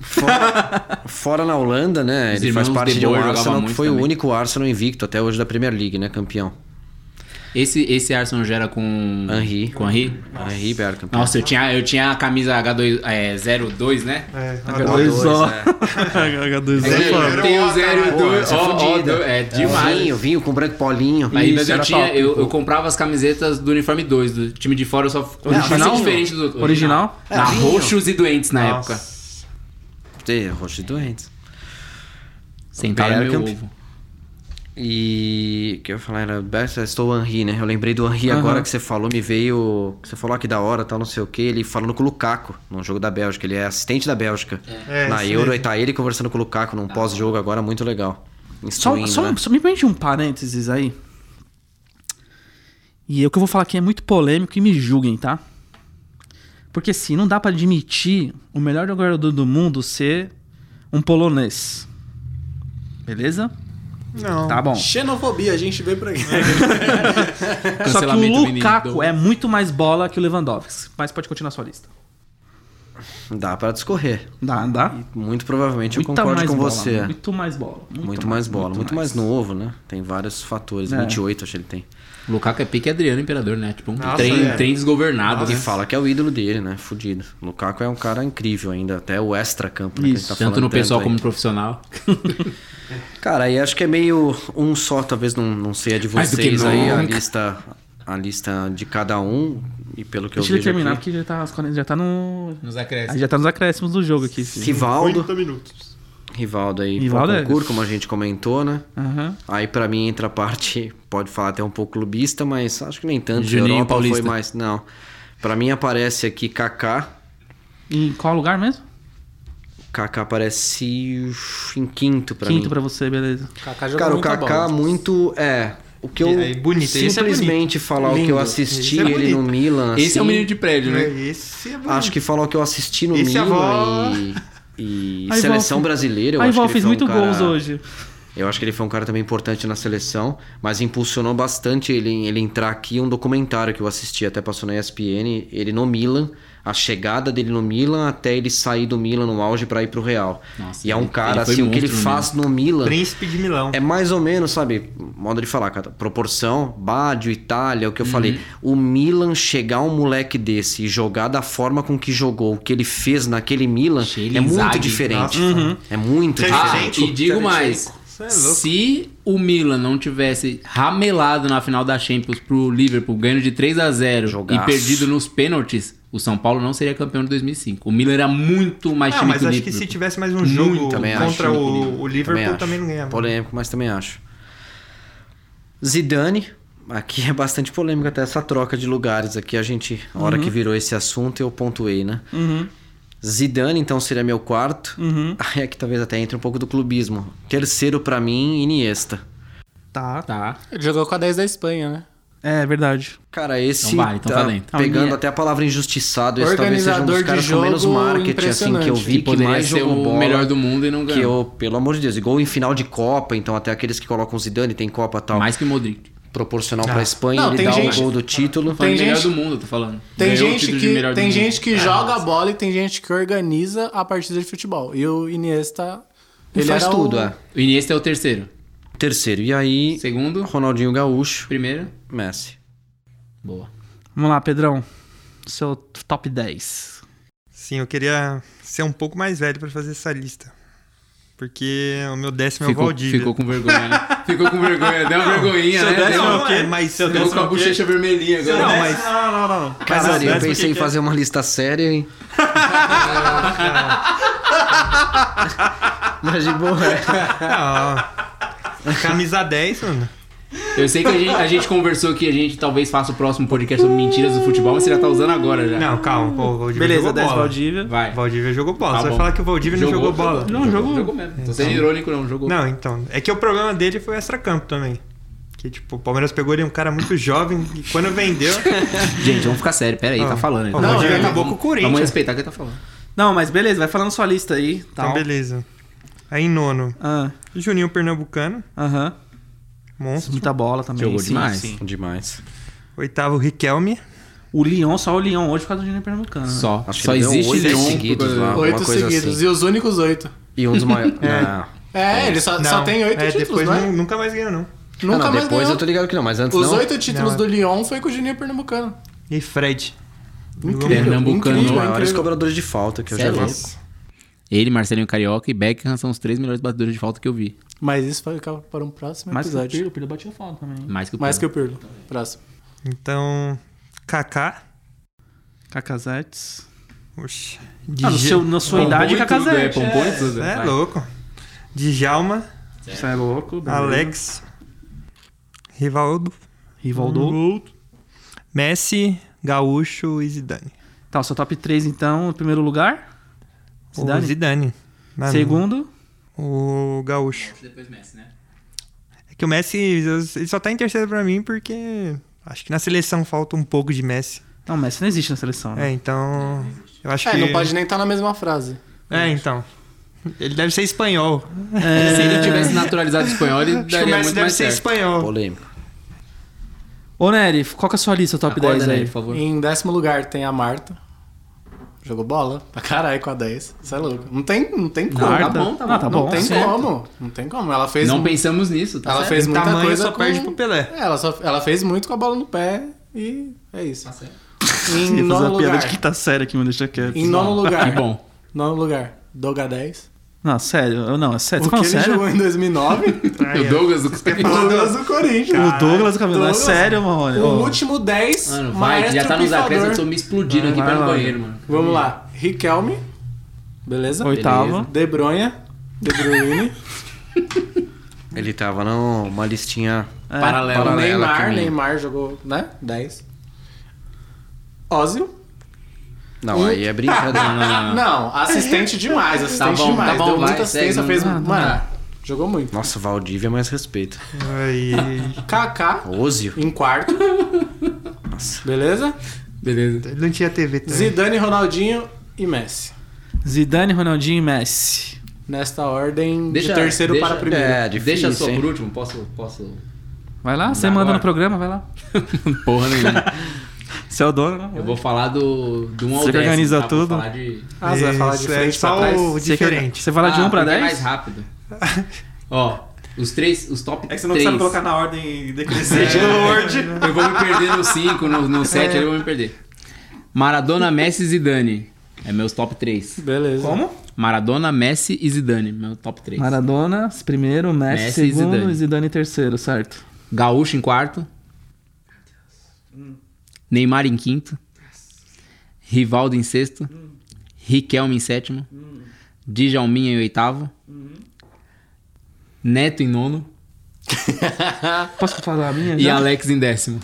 fora, fora na Holanda, né? Os ele faz irmãos parte De de um Boer jogavam Arsenal que muito foi o também. único Arsenal invicto até hoje da Premier League, né? Campeão. Esse, esse Arsenal gera com. Henry. Com Henry? Henri Bergkamp. Nossa, eu tinha, eu tinha a camisa H2, é, 02, né? É É, H2O. H2O. Zero, Eu tenho o zero, 02, Pô, ó, ó, fodida. do- é demais. Vinho, vinho com branco Paulinho. Aí, mas Isso, eu, era tinha, top. eu, eu comprava as camisetas do uniforme 2, do time de fora eu só. Original? Não, isso é diferente do outro. Original? Na É, Roxos e Doentes na Nossa. época. Tem rosto de doentes. Sentaram meu Bergkamp. ovo. E o que eu ia falar era Best Estou Henri, né? Eu lembrei do Henri Aham. agora que você falou, me veio. que Você falou aqui da hora, tal, não sei o que. Ele falando com o Lukaku num jogo da Bélgica. Ele é assistente da Bélgica. É, Na isso Euro, mesmo. aí tá ele conversando com o Lukaku num pós-jogo agora, muito legal. Só, Instruindo, só, né? só me prende um parênteses aí. E o que eu vou falar aqui é muito polêmico e me julguem, tá? Porque assim, não dá pra admitir o melhor jogador do mundo ser um polonês. Beleza? Não. Tá bom. Xenofobia, a gente vê por aqui. Só que Cancelamento o do Lukaku menino. é muito mais bola que o Lewandowski. Mas pode continuar sua lista. Dá pra discorrer. Dá, dá. Muito provavelmente eu um Muita concordo mais com bola, você. Muito, Muito mais bola. Muito, mais bola, muito, mais. novo, né? Tem vários fatores. É. 28, acho que ele tem. O Lukaku é pique Adriano Imperador, né? Tipo, um Nossa, trem, é. trem desgovernado. E né? fala que é o ídolo dele, né? Fudido. O Lukaku é um cara incrível ainda, até o extra-campo, né? que a gente Isso, tá Tanto falando no pessoal aí. como no profissional. Cara, aí acho que é meio um só, talvez não, não sei a de Mais do que vocês aí, a nunca. lista, a lista de cada um. E pelo que Deixa eu ele vejo. terminar, aqui, porque já tá, as 40 já tá no. Nos a acréscimos. gente já tá nos acréscimos do jogo aqui, filho. Rivaldo. 8 minutos. Rivaldo aí Rivaldo é- pro concurso, como a gente comentou, né? Aham. Aí pra mim entra a parte, pode falar até um pouco clubista, mas acho que nem tanto. Juninho Europa Paulista. foi mais. Não. Pra mim aparece aqui Kaká. E Em qual lugar mesmo? Kaká aparece em quinto pra Quinto mim. pra você, beleza. Kaká jogou Cara, o Tá muita Kaká bola. muito. É. O que eu É, é bonito, esse é simplesmente falar o que eu Esse assisti é ele no bonito. Milan. Esse é o assim, menino de prédio, né? Esse é bonito. Acho que falar o que eu assisti no Esse é Milan vó. e, e Aí, seleção Wolf. brasileira. Eu Aí acho Val Ah, que ele fez muito foi um cara- gols hoje. Eu acho que ele foi um cara também importante na seleção, mas impulsionou bastante ele, ele entrar aqui. Um documentário que eu assisti, até passou na ESPN, ele no Milan, a chegada dele no Milan até ele sair do Milan no auge pra ir pro Real. Nossa, e é um ele- cara, ele foi assim, o que ele monstro no faz no Milan. Príncipe de Milão. É mais ou menos, sabe, modo de falar, cara, proporção, Bádio, Itália, é o que eu falei. Uhum. O Milan chegar um moleque desse e jogar da forma com que jogou, o que ele fez naquele Milan, Cheio é muito Inzaghi. Nossa. diferente. Uhum. É muito Cheio Ah, diferente. Gente, e digo gente, mais. isso é louco. Se o Milan não tivesse ramelado na final da Champions pro Liverpool, ganhando de 3 a 0 Jogaço. e perdido nos pênaltis, o São Paulo não seria campeão de 2005. O Milan era muito mais Ah, time mas que o acho que se Liverpool. tivesse mais um Muito, jogo também acho, contra time que o, Liverpool. o Liverpool, acho. também não né? ganhava. Polêmico, mas também acho. Zidane, aqui é bastante polêmico até essa troca de lugares. Aqui a gente, a Uhum. hora que virou esse assunto, eu pontuei, né? Uhum, Zidane, então, seria meu quarto. uhum. Aí é que talvez até entre um pouco do clubismo. Terceiro pra mim, Iniesta. Tá. Tá. Ele jogou com a 10 da Espanha, né? É verdade. Cara, esse Então vai, então tá tá dentro. pegando Não, até a palavra injustiçado, esse talvez seja um dos Organizador de caras com menos jogo marketing, assim, que eu impressionante. vi Que que poderia mais ser jogou o bola. melhor do mundo e não que ganhou. eu, pelo amor de Deus, igual em final de Copa, então até aqueles que colocam Zidane, tem Copa e tal, Mais que o Modric. proporcional pra Espanha, Ah. Não, ele tem dá gente- o gol do título. Falando Tem melhor gente- do mundo, eu tô falando. Tem Ganhou o gente título de melhor do que, tem mundo. gente que É, joga a bola e tem gente que organiza a partida de futebol. E o Iniesta, ele Ele faz era tudo, o... é. O Iniesta é o terceiro. Terceiro, e aí, Segundo, Ronaldinho Gaúcho, primeiro. Messi. Boa. Vamos lá, Pedrão. Seu top 10. Sim, eu queria ser um pouco mais velho pra fazer essa lista. Porque o meu décimo é o Ficou, Valdívia. ficou com vergonha, né? Ficou com vergonha, deu uma vergonhinha, Seu né? décimo Deu- é o quê? Mas seu Ficou com a bochecha vermelhinha agora. Não, mas... Não, não, não. Mas Cara, assim, eu mas por pensei em que que é? fazer uma lista séria, hein? Mas de boa. é. Não, camisa 10, mano. Eu sei que a gente, a gente conversou que a gente talvez faça o próximo podcast sobre mentiras do futebol, mas você já tá usando agora já. Não, calma, pô, o Valdívia Beleza, jogou 10 bola. Valdívia. Vai. Valdívia jogou bola. Tá Você bom. vai falar que o Valdívia não jogou, bola. Não, jogou. Jogou mesmo. Tô sendo irônico, não. Jogou. Não, então. É que o problema dele foi o extracampo também. Que, tipo, o Palmeiras pegou ele um cara muito jovem e quando vendeu. Gente, vamos ficar sério. Pera aí, Ah. tá falando. Ó, Tá o falando. é Valdívia Vamos- acabou com o Corinthians. Vamos respeitar o que ele tá falando. Não, mas beleza, vai falando sua lista aí. Então, Tal. beleza. Aí, nono. Ah, Juninho Pernambucano, Aham. monstro. Muita bola também. Jogou sim, Ah, demais. sim. Demais. Oitavo, Riquelme. O Lyon, só o Lyon hoje por causa do Júnior Pernambucano. né? Só. Acho que Só ele deu existe oito Lyon por seguidos causa- lá. um Oito Alguma coisa seguidos. assim. E os únicos oito. E um dos maiores. Não. É, ele só, só Não, tem oito é, títulos, depois né? nu- nunca mais ganhou, não. Nunca Ah, não, mais depois ganhou. eu tô ligado que não, mas antes Os não. oito títulos Não, é. do Lyon foi com o Juninho Pernambucano. E Fred. Pernambucano. Um dos incrível, maiores incrível. cobradores de falta que eu já Sério? vi. Nossa. Ele, Marcelinho Carioca e Beckham são os três melhores batedores de falta que eu vi. Mas isso vai ficar para um próximo Mais que o episódio. Pirlo, o Pirlo batia falta também. Mais que o Mais que Pedro. o Pirlo. Próximo. Então, Kaká. Cacazetes. Oxi. Ah, no seu, na sua Pompom idade, e tudo, é, Cacazetes. Pompom e tudo. É Vai. louco. Djalma, Você é louco. beleza. Alex, Rivaldo, Rivaldo. Messi, Gaúcho e Zidane. Tá, o seu top 3 então, em primeiro lugar. O Zidane. Zidane. Mano, Segundo. O Gaúcho. Depois Messi, né? É que o Messi ele só tá em terceiro pra mim porque acho que na seleção falta um pouco de Messi. Não, o Messi não existe na seleção. Né? É, então. Eu acho É, que. não pode nem estar na mesma frase. É, então. Ele deve ser espanhol. É. Se ele tivesse naturalizado espanhol, ele Acho que o daria Messi muito deve mais ser certo. espanhol. Polêmico. Ô, Nery, qual que é a sua lista, top Acorda, 10 Nery, aí? por favor. Em décimo lugar tem a Marta. Jogou bola pra caralho com a 10. Isso é louco. Não tem, não tem como. Marta? Tá bom, tá bom. Ah, tá não bom. tem certo. como. Não tem como. Ela fez, Não mu- pensamos nisso, tá? ela certo? fez Em muita tamanho coisa só com... perde pro Pelé. É, ela, só, ela fez muito com a bola no pé e é isso. Em Ia fazer nono uma piada lugar. de quinta série aqui, mas deixa quieto. Em nono lugar. Que bom. Nono lugar. Doga 10. Não, sério, eu não, é sério. Você O que falando ele sério? jogou em 2009? O Douglas do falar? Douglas do Corinthians. O Douglas do cabelo. Douglas. É sério, Marrone. O Ô, último 10, Mano, vai, maestro já tá nos acréscimos, eu pifador. tô me explodindo aqui Vai, pelo vai, banheiro, mano. Vamos lá. Riquelme. Beleza? Oitavo. De Bruyne. De Bruyne. Ele tava numa listinha. É. Paralelo. Paralela Neymar. também. Neymar jogou, né? 10. Ozil. Não, aí é brincadeira. Ah. Não, assistente demais. Assistente bom, demais. tá bom, Deu vai, muita assistência, segue. fez... Não, mano, não dá. jogou muito. Nossa, Valdívia, é mais respeito. Ai, Kaká. Ozio. Em quarto. Beleza? Beleza. ele não tinha TV também. Zidane, Ronaldinho e Messi. Zidane, Ronaldinho e Messi. Nesta ordem Deixa- de terceiro deixa- para primeiro. É, difícil. Deixa só hein? por último, posso... posso... Vai lá, você Agora. manda no programa, vai lá. Porra nenhuma. Você é o dono, né? Eu vou falar do, do 1 ao Você 10. que organiza tá? Vou tudo? falar de... Ah, você vai falar de Isso, é frente só pra trás. o Você quer- diferente. Você fala de Ah, 1 pra 10? porque É mais rápido. Ó, os três, os top É que três. É. você não sabe colocar na ordem decrescente do Word. É. Eu vou me perder no 5, no, no 7, eu vou me perder. Maradona, Messi e Zidane. É meus top 3. Beleza. Como? Maradona, Messi e Zidane, meu top 3. Maradona, primeiro, Messi, Messi e segundo, e Zidane. Zidane. terceiro, certo? Gaúcho em quarto. Neymar em quinto. Rivaldo em sexto, Riquelme em sétimo, Djalminha em oitavo, Neto em nono Posso falar a minha? e já? Alex em décimo.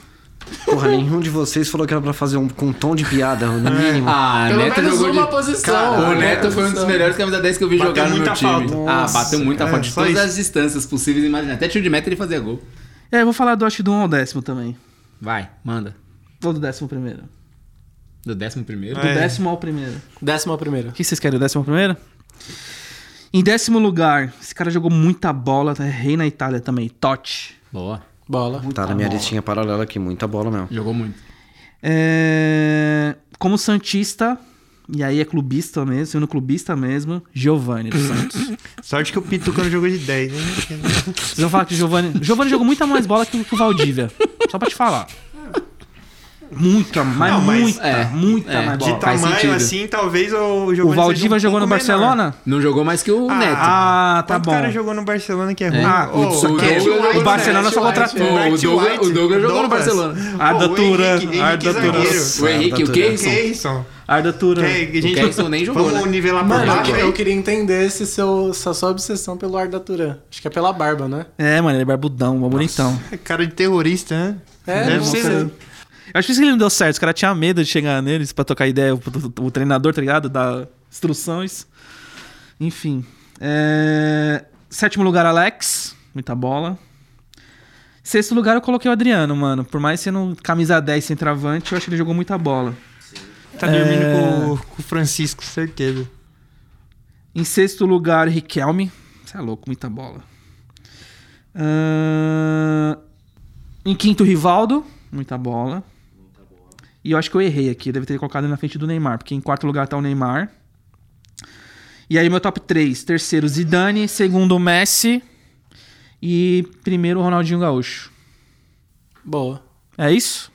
Porra, nenhum de vocês falou que era pra fazer um, com um tom de piada, É. no mínimo. Ah, Pelo Neto menos jogou uma de... posição. O Uma Neto foi um dos posição. melhores camisa 10 que eu vi Bateu jogar no meu muita time. falta. ah, bateu muita é, falta de só todas isso. as distâncias possíveis, imagina. Até tiro de meta ele fazia gol. É, eu vou falar do acho que do 1 ao décimo também. Vai, manda. Ou do décimo primeiro. Do décimo primeiro. Do É. décimo ao primeiro. Décima primeira. O que vocês querem? O décimo primeiro? Em décimo lugar, esse cara jogou muita bola, é rei na Itália também, Totti. Boa. Bola. tá na minha listinha paralela aqui, muita bola mesmo. Jogou muito. É, Como Santista, e aí é clubista mesmo, sendo clubista mesmo, Giovanni dos Santos. Sorte que o Pituca não jogou de 10, hein? Vocês vão falar que o Giovanni. O Giovanni jogou muita mais bola que o que o Valdívia. Só pra te falar. Muita, mas Não, mas- muita, é, muita é, mais de bola. De faz tamanho sentido. assim, talvez o O Giovanni seja Valdívia um jogou no pouco menor. Barcelona? Não jogou mais que o Ah, Neto. Ah, tá Quanto bom. cara jogou no Barcelona que é ruim? É. Ah, O- o Kurt Douglas- White, o Barcelona né? só contratou. Kurt White, O Douglas- White. o Douglas jogou no Barcelona. Pô, Arda o Turan, Henrique- Henrique Arda Turan. zagueiro. O Henrique, o Sarda, Turan. Keyson. Keyson. Arda Turan. Que- que a O Keyson nem jogou, Vamos né? nivelar por Mano, eu, baixo. que- aí. eu queria entender esse seu, essa sua obsessão pelo Arda Turan. Acho que é pela barba, né? É, mano, ele é barbudão, mó bonitão. Cara de terrorista, né? É, Deve não ser. sei. né? Eu acho que isso que ele não deu certo. Os caras tinham medo de chegar neles pra tocar ideia, o, o- o treinador, tá ligado? Dar instruções. Enfim. É, Sétimo lugar, Alex. Muita bola. Sexto lugar, eu coloquei o Adriano, mano. Por mais sendo camisa 10 centroavante, eu acho que ele jogou muita bola. Tá dormindo É. com, o- com o Francisco, certeza. Em sexto lugar, Riquelme. Você é louco, muita bola. Ahn, Em quinto, Rivaldo. Muita bola. E eu acho que eu errei aqui. Eu deve ter colocado ele na frente do Neymar. Porque em quarto lugar tá o Neymar. E aí, meu top 3. Terceiro, Zidane. Segundo, Messi. E primeiro, Ronaldinho Gaúcho. Boa. É isso?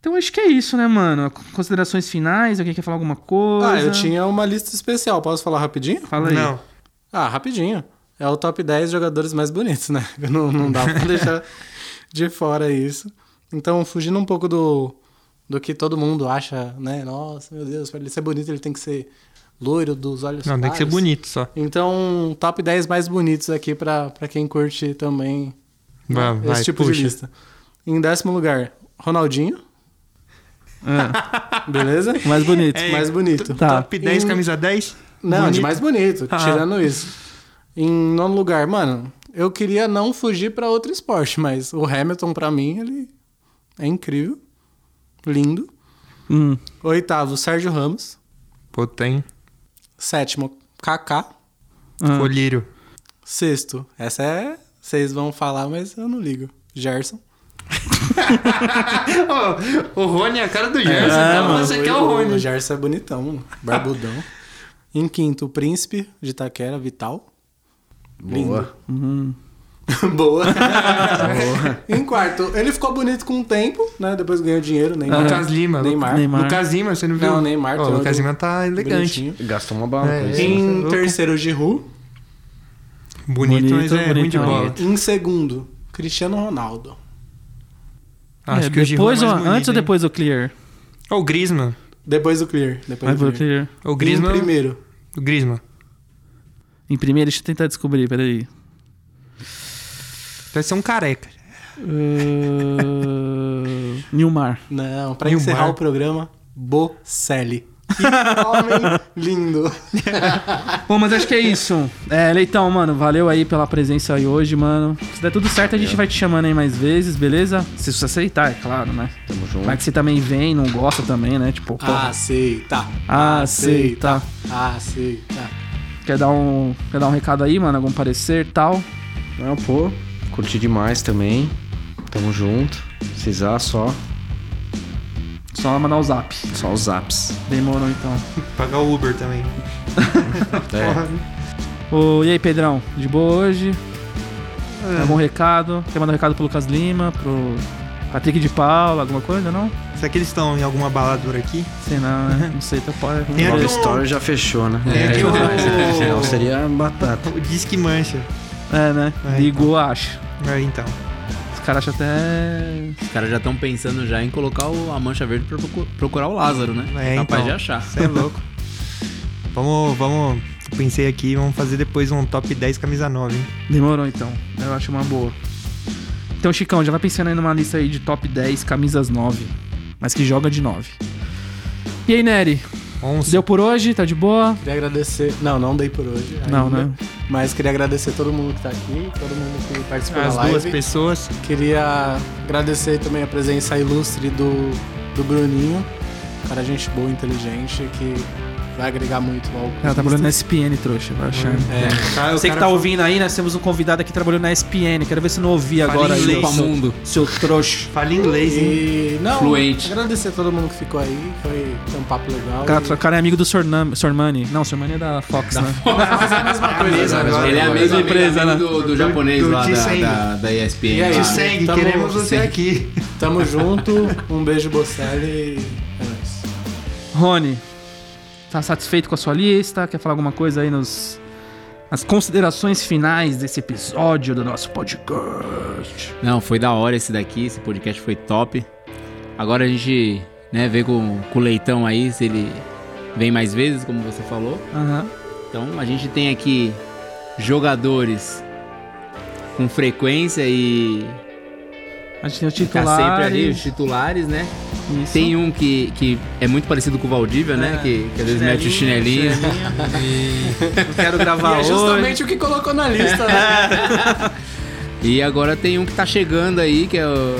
Então acho que é isso, né, mano? Considerações finais? Alguém quer falar alguma coisa? Ah, eu tinha uma lista especial. Posso falar rapidinho? Fala aí. Não. Ah, rapidinho. É o top 10 jogadores mais bonitos, né? Não, não dá pra deixar de fora isso. Então, fugindo um pouco do, do que todo mundo acha, né? Nossa, meu Deus, pra ele ser bonito, ele tem que ser loiro, dos olhos Não, tem que ser claros. bonito só. Então, top 10 mais bonitos aqui pra pra quem curte também Vai, esse vai, tipo de puxa. lista. Em décimo lugar, Ronaldinho, Ah, beleza? mais bonito. É, mais bonito. Tá. Top 10, Em- camisa 10? Não, Bonito. de mais bonito, Ah. tirando isso. Em nono lugar, mano, eu queria não fugir pra outro esporte, mas o Hamilton, pra mim, ele é incrível. Lindo. Hum. Oitavo, Sérgio Ramos. Pô, tem. Sétimo, Kaká. Ah. Colírio. Sexto, essa é. Vocês vão falar, mas eu não ligo. Gerson. o Rony é a cara do Gerson. Oi, é O Gerson é bonitão, mano. barbudão. em quinto, o Príncipe de Itaquera, Vital. Boa. Boa. em quarto, ele ficou bonito com o tempo, né? Depois ganhou dinheiro, Neymar. Lucas Lima. Neymar. Neymar. Lucas Lima, você não viu? Não, Neymar, Ó, O todo Lucas Lima tá elegante. Bonitinho. Gastou uma bala. É, com isso. hein? Em Louco. terceiro, Giroud. Bonito, Bonito, mas é ruim de bonitão. bola. Em segundo, Cristiano Ronaldo. Acho É, que o Giroud depois é ou, mais bonito, antes ou hein? depois Um do Clear? Ó, o Griezmann. Depois do Clear. Depois Vai do pro Clear. Clear. O Em Griezmann. primeiro. O Griezmann. Em primeiro, deixa eu tentar descobrir, peraí. Deve ser um careca. Uh... Nilmar. Não, pra Neymar. encerrar o programa, Bocelli. Que homem lindo. Bom, mas acho que é isso. É, Leitão, mano, valeu aí pela presença aí hoje, mano. Se der tudo certo, a gente vai te chamando aí mais vezes, beleza? Se você aceitar, é claro, né? Tamo junto. Mas que você também vem, não gosta também, né? Tipo, porra. Aceita. aceita. Aceita. Quer dar um, quer dar um recado aí, mano? Algum parecer, tal? Não, pô, curti demais também. Tamo junto. Precisar só, Só mandar o zap. só os zaps. Demorou então. Pagar o Uber também. É. Ô, e aí, Pedrão? De boa hoje? Tem Algum recado? Quer mandar um recado pro Lucas Lima, pro Patrick de Paula, alguma coisa, não? Será que eles estão em alguma baladura aqui? Sei não, né? Não sei, tá pode. Tem Love aqui um- Story já fechou, né? Tem aqui um- o- Senão seria batata. o Disque Mancha. É, né? É, Ligou, acho. É, então. Os caras acham até. Os caras já estão pensando já em colocar o- a mancha verde pra procu- procurar o Lázaro, né? É, então. Capaz de achar. Você é louco. vamos, vamos. Pensei aqui, vamos fazer depois um top 10 camisa 9, hein? Demorou então. Eu acho uma boa. Então, Chicão, já vai pensando aí numa lista aí de top 10 camisas 9. Mas que joga de 9. E aí, Nery? 11. Deu por hoje? Tá de boa? Queria agradecer. Não, não dei por hoje. Não, ainda, né? Mas queria agradecer todo mundo que tá aqui, todo mundo que participou As da live. duas pessoas. Queria agradecer também a presença ilustre do, do Bruninho, cara gente boa, inteligente, que vai agregar muito ao Ela tá trabalhando na SPN, trouxa. Vai achar. É, Você que tá ouvindo aí, nós temos um convidado aqui que trabalhou na SPN. Quero ver se não ouvi Fala agora. inglês. aí, Chupa seu- mundo. Seu trouxa. Fala inglês, hein? e não, Fluente. agradecer a todo mundo que ficou aí, foi foi um papo legal. O cara, e- o cara é amigo do Sornam- Sormani. Não, Sormani é da Fox, né? Mas é a mesma coisa, mesma, né? mesma Ele é a mesma empresa né? do, do japonês do lá Thyssen. da, da, da ESPN. E aí, lá. né? Te Ah, segue, tá bom, queremos você segue. aqui. Tamo junto, um beijo, Bocelli. e É nóis. Rony, tá satisfeito com a sua lista? Quer falar alguma coisa aí nos nas considerações finais desse episódio do nosso podcast? Não, foi da hora esse daqui, esse podcast foi top. Agora a gente, né, vê com, com o Leitão aí, se ele vem mais vezes, como você falou. Aham. Então a gente tem aqui jogadores com frequência e A gente tem o tá titular. sempre ali, os titulares, né? Isso. É. Tem um que, que é muito parecido com o Valdívia, né? Que, que às vezes mete o chinelinho. Eu quero gravar E é hoje. justamente o que colocou na lista, né? E agora tem um que tá chegando aí, que é o,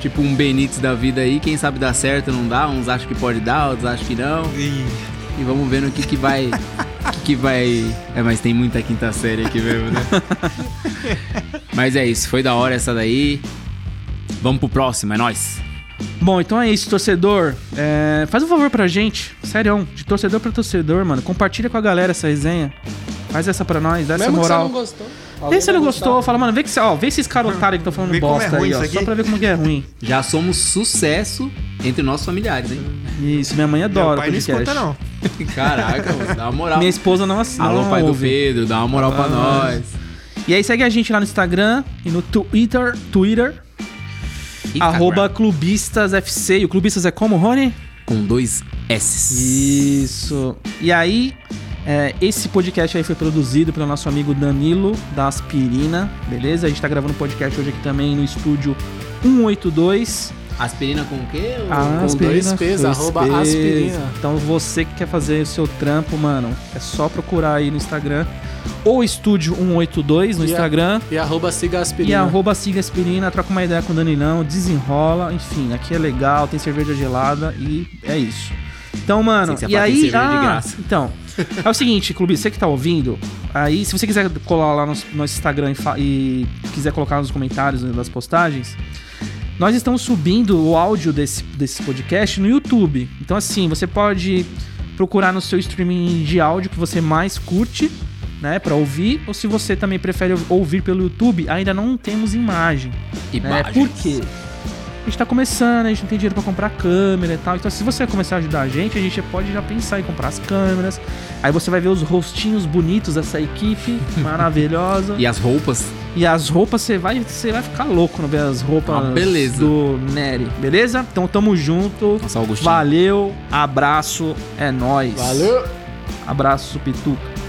tipo um Benítez da vida aí. Quem sabe dá certo, não dá. Uns acham que pode dar, outros acham que não. E vamos vendo o que que vai... o que que vai... É, mas tem muita quinta série aqui mesmo, né? mas é isso, foi da hora essa daí. Vamos pro próximo, é nóis. Bom, então é isso, torcedor. É, faz um favor pra gente, sério, de torcedor pra torcedor, mano. Compartilha com a galera essa resenha. Faz essa pra nós, dá essa Mesmo que você moral. não gostou. Vê alguém se você não vai gostou, gostar. fala, mano, vê, que, ó, vê esses caras otários que estão falando Vê como é bosta ruim aí, isso ó. aqui. Só pra ver como que é ruim. Já somos sucesso entre nossos familiares, hein? Isso, minha mãe Meu adora pai não podcast. escuta, não. Caraca, mano, dá uma moral. Minha esposa não assina. Alô, não pai do ouve. Ah. Pedro, dá uma moral pra nós. E aí segue a gente lá no Instagram e no Twitter, Twitter, tá arroba clubistasfc. E o clubistas é como, Rony? com dois S. Isso. E aí, é, esse podcast aí foi produzido pelo nosso amigo Danilo da Aspirina, beleza? A gente tá gravando um podcast hoje aqui também no estúdio 182. Aspirina com o quê? Ah, Com dois P's, arroba aspirina. Então você que quer fazer o seu trampo, mano, é só procurar aí no Instagram ou estúdio 182 no E a- Instagram. E arroba siga aspirina. E arroba siga aspirina, troca uma ideia com o Danilão, desenrola, enfim, aqui é legal, tem cerveja gelada e é isso. Então, mano, Sem que você e fala, tem aí. cerveja de ah, graça. Então, é o seguinte, clube, você que tá ouvindo, aí, se você quiser colar lá no nosso Instagram e, fa- e quiser colocar nos comentários né, das postagens, nós estamos subindo o áudio desse, desse podcast no YouTube. Então, assim, você pode procurar no seu streaming de áudio que você mais curte, né, Pra ouvir, ou se você também prefere ouvir pelo YouTube, ainda não temos imagem, né? Por quê? A gente tá começando, a gente não tem dinheiro pra comprar câmera e tal. Então, se você começar a ajudar a gente, a gente já pode já pensar em comprar as câmeras. Aí você vai ver os rostinhos bonitos dessa equipe maravilhosa. E as roupas? E as roupas, você vai, você vai ficar louco quando ver as roupas Ah, beleza. do Nery, beleza? Então tamo junto. Nossa, Augustinho. Valeu, abraço, é nóis. Valeu! Abraço, Pituca.